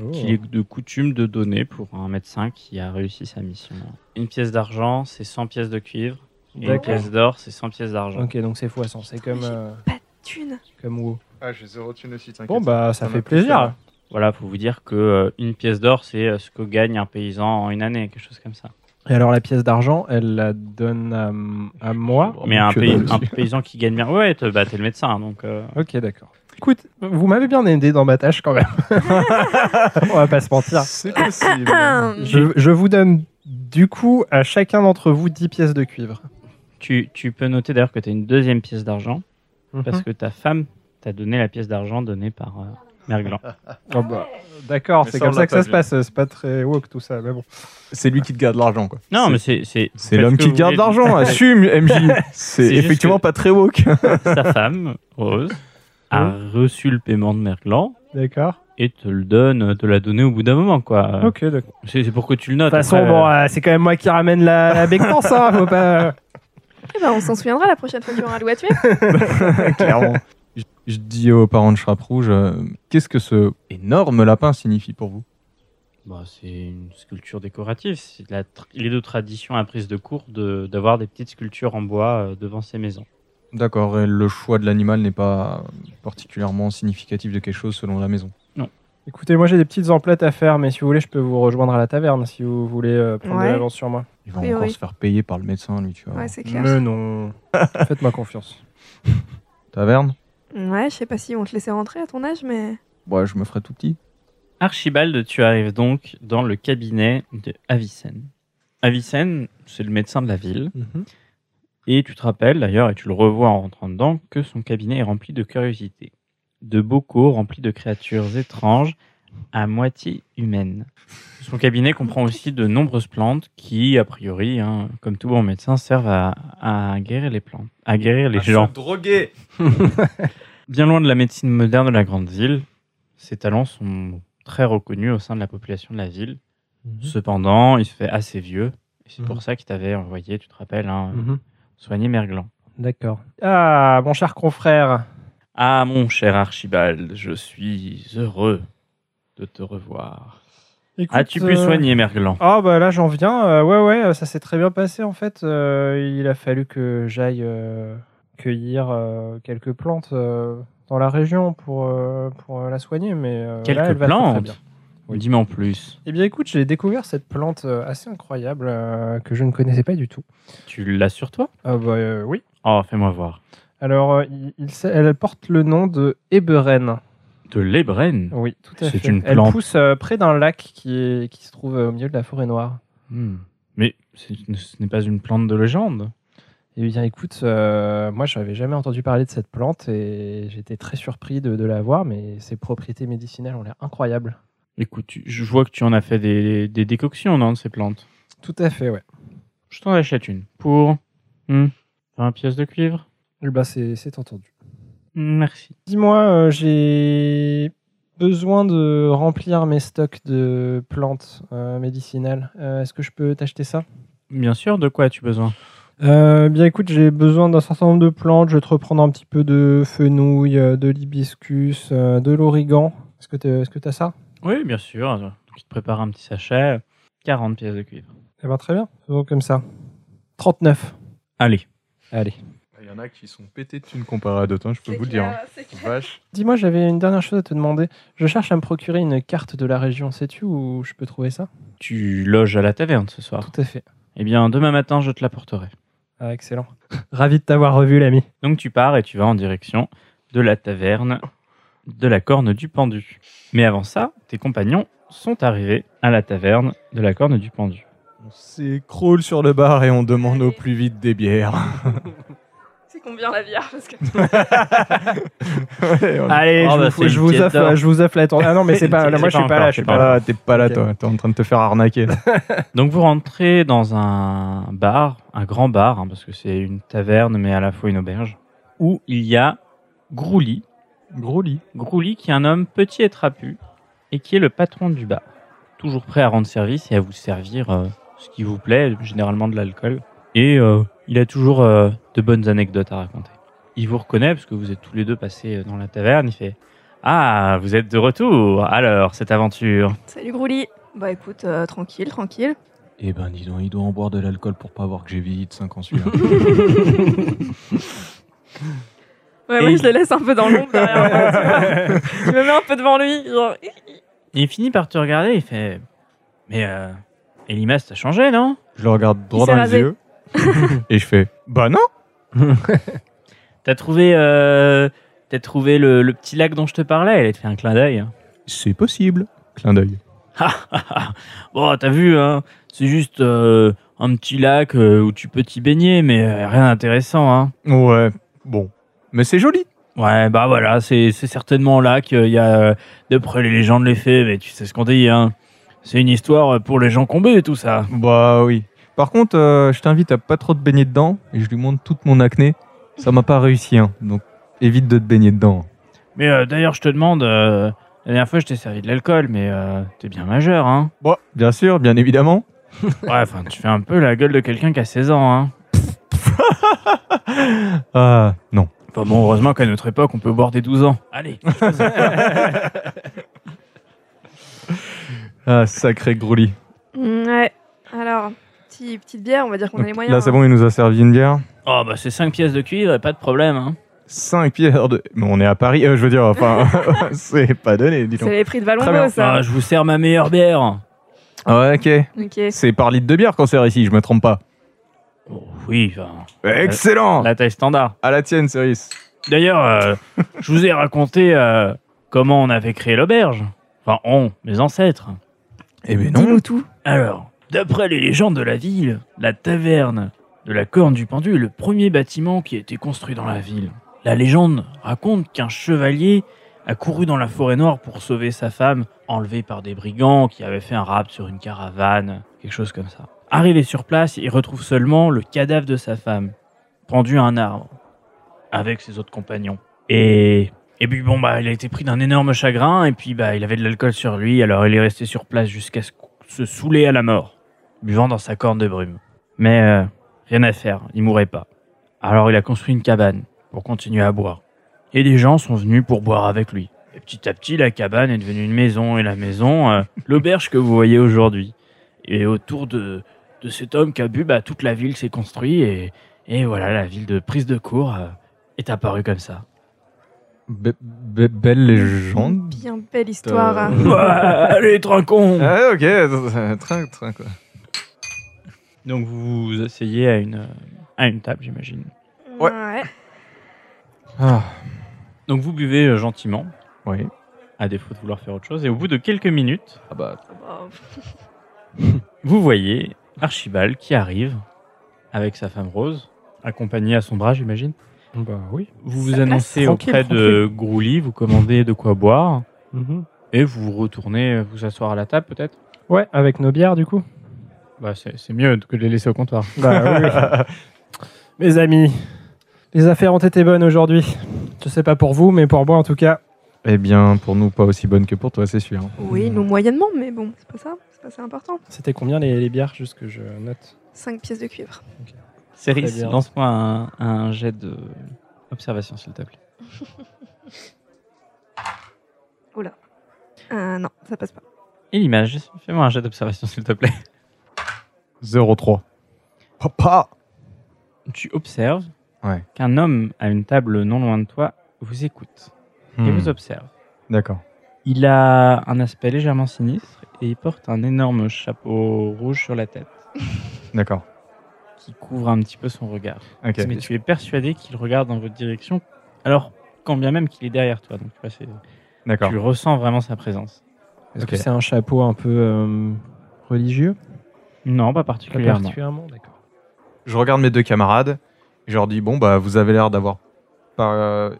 Speaker 6: Oh.
Speaker 4: qu'il est de coutume de donner pour un médecin qui a réussi sa mission. Une pièce d'argent, c'est 100 pièces de cuivre. Et une
Speaker 6: D'accord.
Speaker 4: pièce d'or, c'est 100 pièces d'argent.
Speaker 6: Ok, donc c'est fois 100, c'est comme, euh,
Speaker 3: Pas de thunes.
Speaker 6: comme WoW.
Speaker 2: Ah, j'ai zéro thune aussi, t'inquiète.
Speaker 6: Bon, bah, ça
Speaker 2: Ça
Speaker 6: fait
Speaker 2: m'a plus
Speaker 6: plaisir.
Speaker 4: Voilà, faut vous dire que euh, une pièce d'or, c'est euh, ce que gagne un paysan en une année, quelque chose comme ça.
Speaker 6: Et alors, la pièce d'argent, elle la donne à, m- à moi.
Speaker 4: Mais un,
Speaker 2: que
Speaker 4: pays-
Speaker 2: dalle,
Speaker 4: un paysan qui gagne bien, ouais, te- bah, t'es le médecin, donc. euh,
Speaker 6: Ok, d'accord. Écoute, vous m'avez bien aidé dans ma tâche quand même. On va pas se mentir.
Speaker 2: C'est possible.
Speaker 6: Je, je vous donne du coup à chacun d'entre vous 10 pièces de cuivre.
Speaker 4: tu, tu peux noter d'ailleurs que t'as une deuxième pièce d'argent
Speaker 6: Mhm.
Speaker 4: parce que ta femme t'a donné la pièce d'argent donnée par euh, Mergland.
Speaker 6: Oh bah, D'accord,
Speaker 2: Mais
Speaker 6: c'est
Speaker 2: ça,
Speaker 6: comme
Speaker 2: on
Speaker 6: ça
Speaker 2: l'a
Speaker 6: que ça
Speaker 2: pas
Speaker 6: se
Speaker 2: vu.
Speaker 6: passe. C'est pas très woke tout ça, mais bon.
Speaker 2: C'est lui qui te garde l'argent, quoi.
Speaker 4: Non, mais c'est. C'est
Speaker 2: C'est
Speaker 4: faites ce
Speaker 2: l'homme
Speaker 4: que
Speaker 2: qui
Speaker 4: vous
Speaker 2: garde
Speaker 4: voulez.
Speaker 2: l'argent, assume, MJ.
Speaker 4: C'est
Speaker 2: C'est
Speaker 4: juste
Speaker 2: effectivement
Speaker 4: que-
Speaker 2: pas très woke.
Speaker 4: Sa femme, Rose, a reçu le paiement de Mergland.
Speaker 6: D'accord.
Speaker 4: et te le donne, te l'a donné au bout d'un moment, quoi.
Speaker 6: Ok, d'accord.
Speaker 4: C'est c'est pour que tu le notes.
Speaker 6: De toute façon,
Speaker 4: après,
Speaker 6: bon,
Speaker 4: euh,
Speaker 6: euh, c'est quand même moi qui ramène la, la bectance, hein, faut pas.
Speaker 3: Eh ben, on s'en souviendra la prochaine fois qu'il y aura un loup à tuer.
Speaker 2: Clairement. Je, je dis aux parents de Chaperouge, euh, qu'est-ce que ce énorme lapin signifie pour vous
Speaker 4: bah, c'est une sculpture décorative. C'est de la tr- il est de tradition à prise de cours de- d'avoir des petites sculptures en bois euh, devant ses maisons.
Speaker 2: D'accord, et le choix de l'animal n'est pas particulièrement significatif de quelque chose selon la maison.
Speaker 6: Écoutez, moi j'ai des petites emplettes à faire, mais si vous voulez, je peux vous rejoindre à la taverne si vous voulez euh, prendre
Speaker 3: Ouais.
Speaker 6: de l'avance sur moi.
Speaker 2: Il va
Speaker 3: Oui,
Speaker 2: encore
Speaker 3: oui.
Speaker 2: se faire payer par le médecin, lui, tu vois.
Speaker 3: Ouais, c'est clair.
Speaker 6: Mais non. Faites-moi confiance.
Speaker 2: Taverne
Speaker 3: Ouais, je sais pas si on te laissait rentrer à ton âge, mais.
Speaker 2: Ouais, je me ferai tout petit.
Speaker 4: Archibald, tu arrives donc dans le cabinet de Avicenne. Avicenne, c'est le médecin de la ville.
Speaker 2: Mhm.
Speaker 4: Et tu te rappelles d'ailleurs, et tu le revois en rentrant dedans, que son cabinet est rempli de curiosités. De bocaux remplis de créatures étranges à moitié humaines. Son cabinet comprend aussi de nombreuses plantes qui, a priori, hein, comme tout bon médecin, servent à, à guérir les plantes, à guérir les gens.
Speaker 2: drogué
Speaker 4: Bien loin de la médecine moderne de la grande ville, ses talents sont très reconnus au sein de la population de la ville. Cependant, il se fait assez vieux. et C'est pour ça qu'il t'avait envoyé, tu te rappelles, hein,
Speaker 6: Mhm.
Speaker 4: soigner Mergland.
Speaker 6: D'accord. Ah, mon cher confrère.
Speaker 4: Ah, mon cher Archibald, je suis heureux de te revoir.
Speaker 2: Ah,
Speaker 6: Écoute,
Speaker 4: As-tu pu
Speaker 6: euh,
Speaker 4: soigner Mergland
Speaker 6: Ah bah là j'en viens, Euh, ouais ouais, euh, ça s'est très bien passé en fait. Euh, il a fallu que j'aille euh, cueillir euh, quelques plantes euh, dans la région pour, euh, pour euh, la soigner, mais euh,
Speaker 4: Quelques
Speaker 6: là, elle va très, très
Speaker 4: plantes
Speaker 6: bien. Oui.
Speaker 4: Dis-moi en plus.
Speaker 6: Eh bien écoute, j'ai découvert cette plante euh, assez incroyable euh, que je ne connaissais pas du tout.
Speaker 4: Tu l'as sur toi
Speaker 6: Ah bah euh, oui.
Speaker 4: Oh, fais-moi voir.
Speaker 6: Alors euh, il- il s'a- elle porte le nom de Eberen.
Speaker 4: De l'Ebrenne
Speaker 6: Oui, tout à
Speaker 4: C'est
Speaker 6: fait.
Speaker 4: une
Speaker 6: elle
Speaker 4: plante.
Speaker 6: pousse euh, près d'un lac qui, est- qui se trouve euh, au milieu de la forêt noire.
Speaker 4: Hmm. Mais c'est- ce n'est pas une plante de légende.
Speaker 6: Eh bien, écoute, euh, moi, je n'avais jamais entendu parler de cette plante et j'étais très surpris de, de la voir, mais ses propriétés médicinales ont l'air incroyables.
Speaker 4: Écoute, tu- je vois que tu en as fait des, des décoctions, non, de ces plantes.
Speaker 6: Tout à fait, ouais.
Speaker 4: Je t'en achète une. Pour hmm, 20 pièces de cuivre
Speaker 6: Eh ben, c'est c'est entendu.
Speaker 4: Merci.
Speaker 6: Dis-moi, euh, j'ai besoin de remplir mes stocks de plantes euh, médicinales. Euh, Est-ce que je peux t'acheter ça
Speaker 4: Bien sûr, de quoi as-tu besoin
Speaker 6: Euh, bien écoute, j'ai besoin d'un certain nombre de plantes. Je vais te reprendre un petit peu de fenouil, euh, de l'hibiscus, euh, de l'origan. Est-ce que t'es- est-ce que t'as ça
Speaker 4: Oui, bien sûr. Donc, il te prépare un petit sachet, 40 pièces de cuivre.
Speaker 6: Eh ben très bien, faisons comme ça. 39.
Speaker 4: Allez.
Speaker 6: Allez.
Speaker 2: Il y en a qui sont pétés de thunes comparé à d'autres, hein, je peux vous le dire. hein. Vache.
Speaker 6: Dis-moi, j'avais une dernière chose à te demander. Je cherche à me procurer une carte de la région, sais-tu où je peux trouver ça
Speaker 4: Tu loges à la taverne ce soir.
Speaker 6: Tout à fait.
Speaker 4: Eh bien, demain matin, je te l'apporterai.
Speaker 6: Ah, excellent. Ravi de t'avoir revu, l'ami.
Speaker 4: Donc tu pars et tu vas en direction de la taverne de la corne du pendu. Mais avant ça, tes compagnons sont arrivés à la taverne de la corne du pendu.
Speaker 2: On s'écroule sur le bar et on demande au plus vite des bières.
Speaker 7: C'est combien la bière Parce que
Speaker 2: Ouais, on-
Speaker 4: Allez,
Speaker 6: Ah, bah, c'est- je, vous offre, je vous offre la tournée. Ah non, mais c'est pas.
Speaker 4: C'est-
Speaker 6: moi,
Speaker 4: c'est
Speaker 6: je suis
Speaker 4: pas
Speaker 6: pas
Speaker 4: encore,
Speaker 6: là. Je suis
Speaker 4: c'est
Speaker 6: pas
Speaker 4: pas
Speaker 6: là.
Speaker 2: Ah, t'es pas là,
Speaker 6: Ok.
Speaker 2: toi. T'es en train de te faire arnaquer. là.
Speaker 4: Donc vous rentrez dans un bar, un grand bar, hein, parce que c'est une taverne mais à la fois une auberge, où il y a Grouli. Grouli. Grouli qui est un homme petit et trapu et qui est le patron du bar. Toujours prêt à rendre service et à vous servir euh, ce qui vous plaît, généralement de l'alcool. Et euh, il a toujours euh, de bonnes anecdotes à raconter. Il vous reconnaît parce que vous êtes tous les deux passés euh, dans la taverne. Il fait Ah, vous êtes de retour. Alors, cette aventure.
Speaker 7: Salut Grouli Bah écoute, euh, tranquille, tranquille.
Speaker 2: Eh ben, dis donc, il doit en boire de l'alcool pour pas voir que j'ai vieilli de 5 ans celui-là.
Speaker 7: Ouais,
Speaker 4: Et
Speaker 7: ouais,
Speaker 4: il-
Speaker 7: je le laisse un peu dans l'ombre derrière moi, tu vois. Je me mets un peu devant lui, genre...
Speaker 4: Et il finit par te regarder, il fait Mais euh, Elimas, t'as changé, non
Speaker 2: je le regarde droit
Speaker 7: s'est
Speaker 2: dans les
Speaker 7: rasé.
Speaker 2: yeux et je fais Bah non
Speaker 4: T'as trouvé, euh, t'as trouvé le, le petit lac dont je te parlais Elle te fait un clin d'œil. hein.
Speaker 2: C'est possible. Clin d'œil.
Speaker 4: bon, t'as vu, hein, c'est juste euh, un petit lac euh, où tu peux t'y baigner, mais euh, rien d'intéressant. Hein.
Speaker 2: Ouais, bon. Mais c'est joli.
Speaker 4: Ouais, bah voilà, c'est c'est certainement là qu'il y a, euh, d'après les légendes, les faits, mais tu sais ce qu'on dit, hein. C'est une histoire pour les gens combés, tout ça.
Speaker 2: Bah oui. Par contre, euh, je t'invite à pas trop te baigner dedans et je lui montre toute mon acné. Ça m'a pas réussi, hein. Donc évite de te baigner dedans.
Speaker 4: Mais euh, d'ailleurs, je te demande, euh, la dernière fois, je t'ai servi de l'alcool, mais euh, t'es bien majeur, hein
Speaker 2: Bon, bien sûr, bien évidemment.
Speaker 4: Ouais, enfin, tu fais un peu la gueule de quelqu'un qui a 16 ans, hein.
Speaker 2: Ah non.
Speaker 4: Enfin bon, heureusement qu'à notre époque, on peut boire des 12 ans. Allez
Speaker 2: Ah sacré groulis.
Speaker 7: Mm, Ouais, alors, petit, petite bière, on va dire qu'on a les
Speaker 2: Donc,
Speaker 7: moyens.
Speaker 2: là, c'est
Speaker 7: hein.
Speaker 2: bon, il nous a servi une bière.
Speaker 4: Oh, bah c'est 5 pièces de cuivre, pas de problème, hein.
Speaker 2: 5 pierres de. Mais on est à Paris, euh, je veux dire, enfin, c'est pas donné, dis
Speaker 7: C'est
Speaker 2: donc.
Speaker 7: les prix de
Speaker 2: Très bien.
Speaker 7: Valombo, ça.
Speaker 4: Ah, je vous sers ma meilleure bière
Speaker 2: Ah, ok.
Speaker 7: Ok.
Speaker 2: C'est par litre de bière qu'on sert ici, je me trompe pas.
Speaker 4: Oh, Oui, enfin,
Speaker 7: Euh,
Speaker 2: Excellent
Speaker 4: la taille standard.
Speaker 2: À la tienne, Cyrus.
Speaker 4: D'ailleurs, euh, je vous ai raconté euh, comment on avait créé l'auberge. Enfin, on, mes ancêtres.
Speaker 2: Eh ben non.
Speaker 7: Dis-nous tout.
Speaker 4: Alors, d'après les légendes de la ville, la taverne de la Corne du Pendu est le premier bâtiment qui a été construit dans la ville. La légende raconte qu'un chevalier a couru dans la forêt noire pour sauver sa femme, enlevée par des brigands qui avaient fait un rapt sur une caravane, quelque chose comme ça. Arrivé sur place, il retrouve seulement le cadavre de sa femme, pendu à un arbre, avec ses autres compagnons. Et et puis bon, bah, il a été pris d'un énorme chagrin, et puis bah, il avait de l'alcool sur lui, alors il est resté sur place jusqu'à ce qu'on se saouler à la mort, buvant dans sa corne de brume. Mais euh, rien à faire, il mourrait pas. Alors il a construit une cabane pour continuer à boire. Et des gens sont venus pour boire avec lui. Et petit à petit, la cabane est devenue une maison, et la maison, euh, l'auberge que vous voyez aujourd'hui. Et autour de, de cet homme qui a bu, bah, toute la ville s'est construite, et, et voilà, la ville de prise de cours euh, est apparue comme ça.
Speaker 2: Be- be- belle légende.
Speaker 7: Bien belle histoire.
Speaker 2: Euh,
Speaker 7: hein.
Speaker 4: Ouah, allez, trincon
Speaker 2: Ah, ok, euh, train, train, quoi.
Speaker 4: Donc vous vous asseyez à une, à une table, j'imagine.
Speaker 2: Ouais. Ah,
Speaker 4: Donc vous buvez euh, gentiment,
Speaker 2: oui.
Speaker 4: à défaut de vouloir faire autre chose, et au bout de quelques minutes,
Speaker 2: Ah bah,
Speaker 7: Bon,
Speaker 4: vous voyez Archibald qui arrive avec sa femme Rose, accompagnée à son bras, j'imagine.
Speaker 6: Bah oui.
Speaker 4: Vous vous
Speaker 7: Ça passe,
Speaker 4: annoncez
Speaker 6: tranquille,
Speaker 4: auprès de Grouli, vous commandez de quoi boire,
Speaker 6: Mhm.
Speaker 4: et vous retournez euh, vous asseoir à la table peut-être
Speaker 6: Ouais, avec nos bières, du coup.
Speaker 4: bah, c'est c'est mieux que de les laisser au comptoir.
Speaker 6: Bah oui. Mes amis, les affaires ont été bonnes aujourd'hui. Je sais pas pour vous, mais pour moi en tout cas.
Speaker 2: eh bien, pour nous, pas aussi bonne que pour toi, c'est sûr.
Speaker 7: Oui, nous moyennement, mais bon, c'est pas ça, c'est pas ça important.
Speaker 6: C'était combien les, les bières, juste que je note
Speaker 7: 5 pièces de cuivre.
Speaker 6: Très
Speaker 4: Céris,
Speaker 6: bien.
Speaker 4: lance-moi un, un jet de observation s'il te plaît.
Speaker 7: Oula.
Speaker 3: Euh, non, ça passe pas.
Speaker 4: Et l'image, fais-moi un jet d'observation s'il te plaît.
Speaker 2: 0,3. Papa
Speaker 4: Tu observes
Speaker 2: Ouais.
Speaker 4: qu'un homme à une table non loin de toi vous écoute et
Speaker 2: Hmm,
Speaker 4: vous observe.
Speaker 2: D'accord.
Speaker 4: Il a un aspect légèrement sinistre et il porte un énorme chapeau rouge sur la tête
Speaker 2: D'accord.
Speaker 4: qui couvre un petit peu son regard.
Speaker 2: Ok.
Speaker 4: Mais tu es persuadé qu'il regarde dans votre direction, alors quand bien même qu'il est derrière toi. Donc tu, vois, c'est-
Speaker 2: D'accord.
Speaker 4: tu ressens vraiment sa présence.
Speaker 6: Est-ce
Speaker 2: Ok.
Speaker 6: que c'est un chapeau un peu euh, religieux
Speaker 4: Non, pas
Speaker 6: Pas
Speaker 4: particulièrement.
Speaker 6: particulièrement, d'accord.
Speaker 2: Je regarde mes deux camarades et je leur dis bon bah vous avez l'air d'avoir pas euh,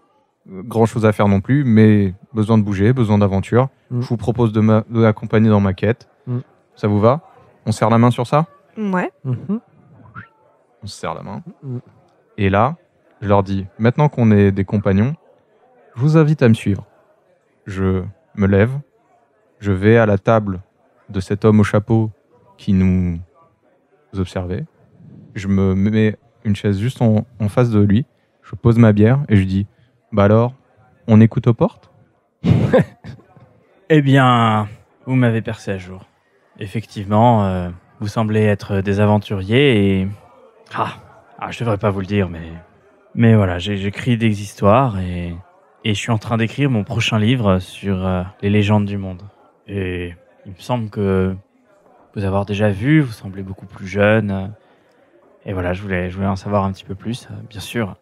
Speaker 2: grand chose à faire non plus, mais besoin de bouger, besoin d'aventure.
Speaker 7: Hmm.
Speaker 6: Mm.
Speaker 2: Je vous propose de m'a- de m'accompagner dans ma quête.
Speaker 6: Mm.
Speaker 2: Ça vous va On serre la main sur ça
Speaker 3: Ouais.
Speaker 6: Mhm.
Speaker 2: On se serre la main.
Speaker 6: Mm.
Speaker 2: Et là, je leur dis maintenant qu'on est des compagnons, je vous invite à me suivre. Je me lève, je vais à la table de cet homme au chapeau qui nous observait. Je me mets une chaise juste en, en face de lui, je pose ma bière et je dis Bah alors, on écoute aux portes
Speaker 4: Eh bien, vous m'avez percé à jour. Effectivement, euh, vous semblez être des aventuriers et... Ah, ah je devrais pas vous le dire, mais... Mais voilà, j'ai- j'écris des histoires et... Et je suis en train d'écrire mon prochain livre sur euh, les légendes du monde. Et il me semble que vous avoir déjà vu, vous semblez beaucoup plus jeune. euh, Et voilà, je voulais, je voulais en savoir un petit peu plus, euh, bien sûr.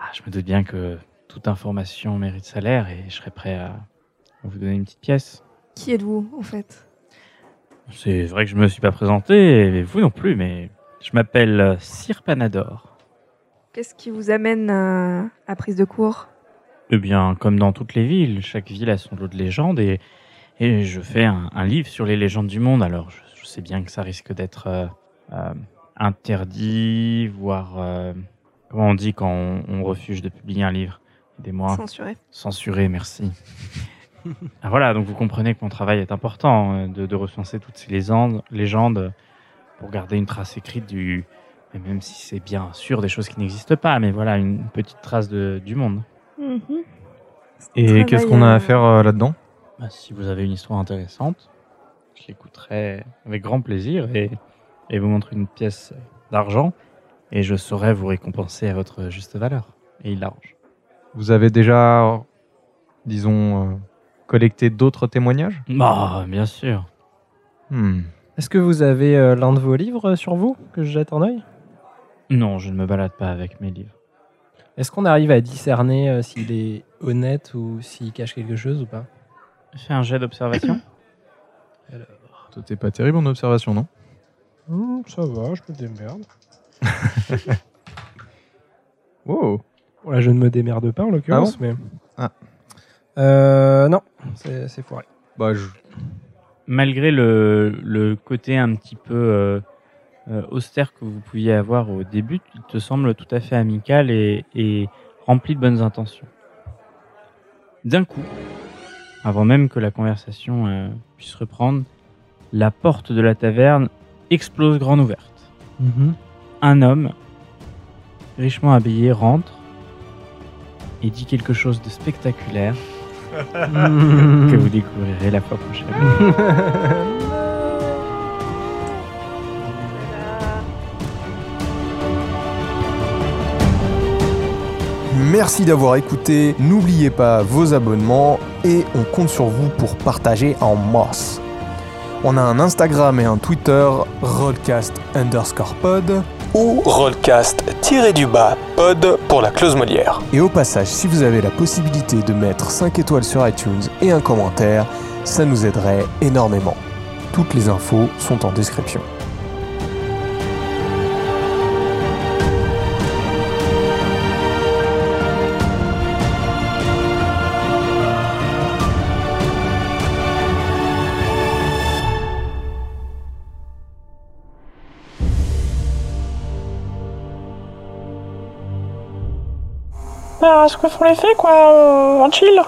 Speaker 4: Ah, je me doute bien que toute information mérite salaire et je serais prêt à vous donner une petite pièce.
Speaker 3: Qui êtes-vous, en fait
Speaker 4: C'est vrai que je me suis pas présenté, et vous non plus, mais je m'appelle euh, Sir Panador.
Speaker 3: Qu'est-ce qui vous amène euh, à prise de cours
Speaker 4: Eh bien, comme dans toutes les villes, chaque ville a son lot de légendes et, et je fais un, un livre sur les légendes du monde. Alors, je, je sais bien que ça risque d'être euh, euh, interdit, voire euh, comment on dit quand on, on refuse de publier un livre. Des mois
Speaker 3: Censuré.
Speaker 4: censuré, merci. Ah, voilà, donc vous comprenez que mon travail est important euh, de, de recenser toutes ces légendes, légendes pour garder une trace écrite du. et Même si c'est bien sûr des choses qui n'existent pas, mais voilà, une petite trace de- du monde.
Speaker 2: Et qu'est-ce qu'on a à faire euh, là-dedans
Speaker 4: Bah, si vous avez une histoire intéressante, je l'écouterai avec grand plaisir et, et vous montre une pièce d'argent et je saurai vous récompenser à votre juste valeur. Et il l'arrange.
Speaker 2: Vous avez déjà, disons, euh, collecté d'autres témoignages
Speaker 4: Bah, bien sûr.
Speaker 2: Hmm.
Speaker 6: Est-ce que vous avez euh, l'un de vos livres euh, sur vous que je jette un œil
Speaker 4: Non, je ne me balade pas avec mes livres.
Speaker 6: Est-ce qu'on arrive à discerner euh, s'il est honnête ou s'il cache quelque chose ou pas
Speaker 4: Fais un jet d'observation.
Speaker 2: Toi, t'es pas terrible en observation, non
Speaker 6: Hmm, Ça va, je me démerde.
Speaker 2: Wow
Speaker 6: Bon, là, je ne me démerde pas en l'occurrence, mais.
Speaker 2: Ah.
Speaker 6: Euh, non, c'est c'est foiré.
Speaker 2: Bah, je,
Speaker 4: malgré le, le côté un petit peu euh, euh, austère que vous pouviez avoir au début, il te semble tout à fait amical et, et rempli de bonnes intentions. D'un coup, avant même que la conversation euh, puisse reprendre, la porte de la taverne explose grande ouverte.
Speaker 6: Mhm.
Speaker 4: Un homme, richement habillé, rentre et dit quelque chose de spectaculaire
Speaker 6: Hmm.
Speaker 4: que vous découvrirez la fois prochaine.
Speaker 9: Merci d'avoir écouté, n'oubliez pas vos abonnements et on compte sur vous pour partager en masse. On a un Instagram et un Twitter, Rollcast underscore pod,
Speaker 10: ou Rollcast tiré du bas pod pour la clause Molière.
Speaker 9: Et au passage, si vous avez la possibilité de mettre 5 étoiles sur iTunes et un commentaire, ça nous aiderait énormément. Toutes les infos sont en description.
Speaker 7: Bah, ce que font les fées, quoi, on, on chill.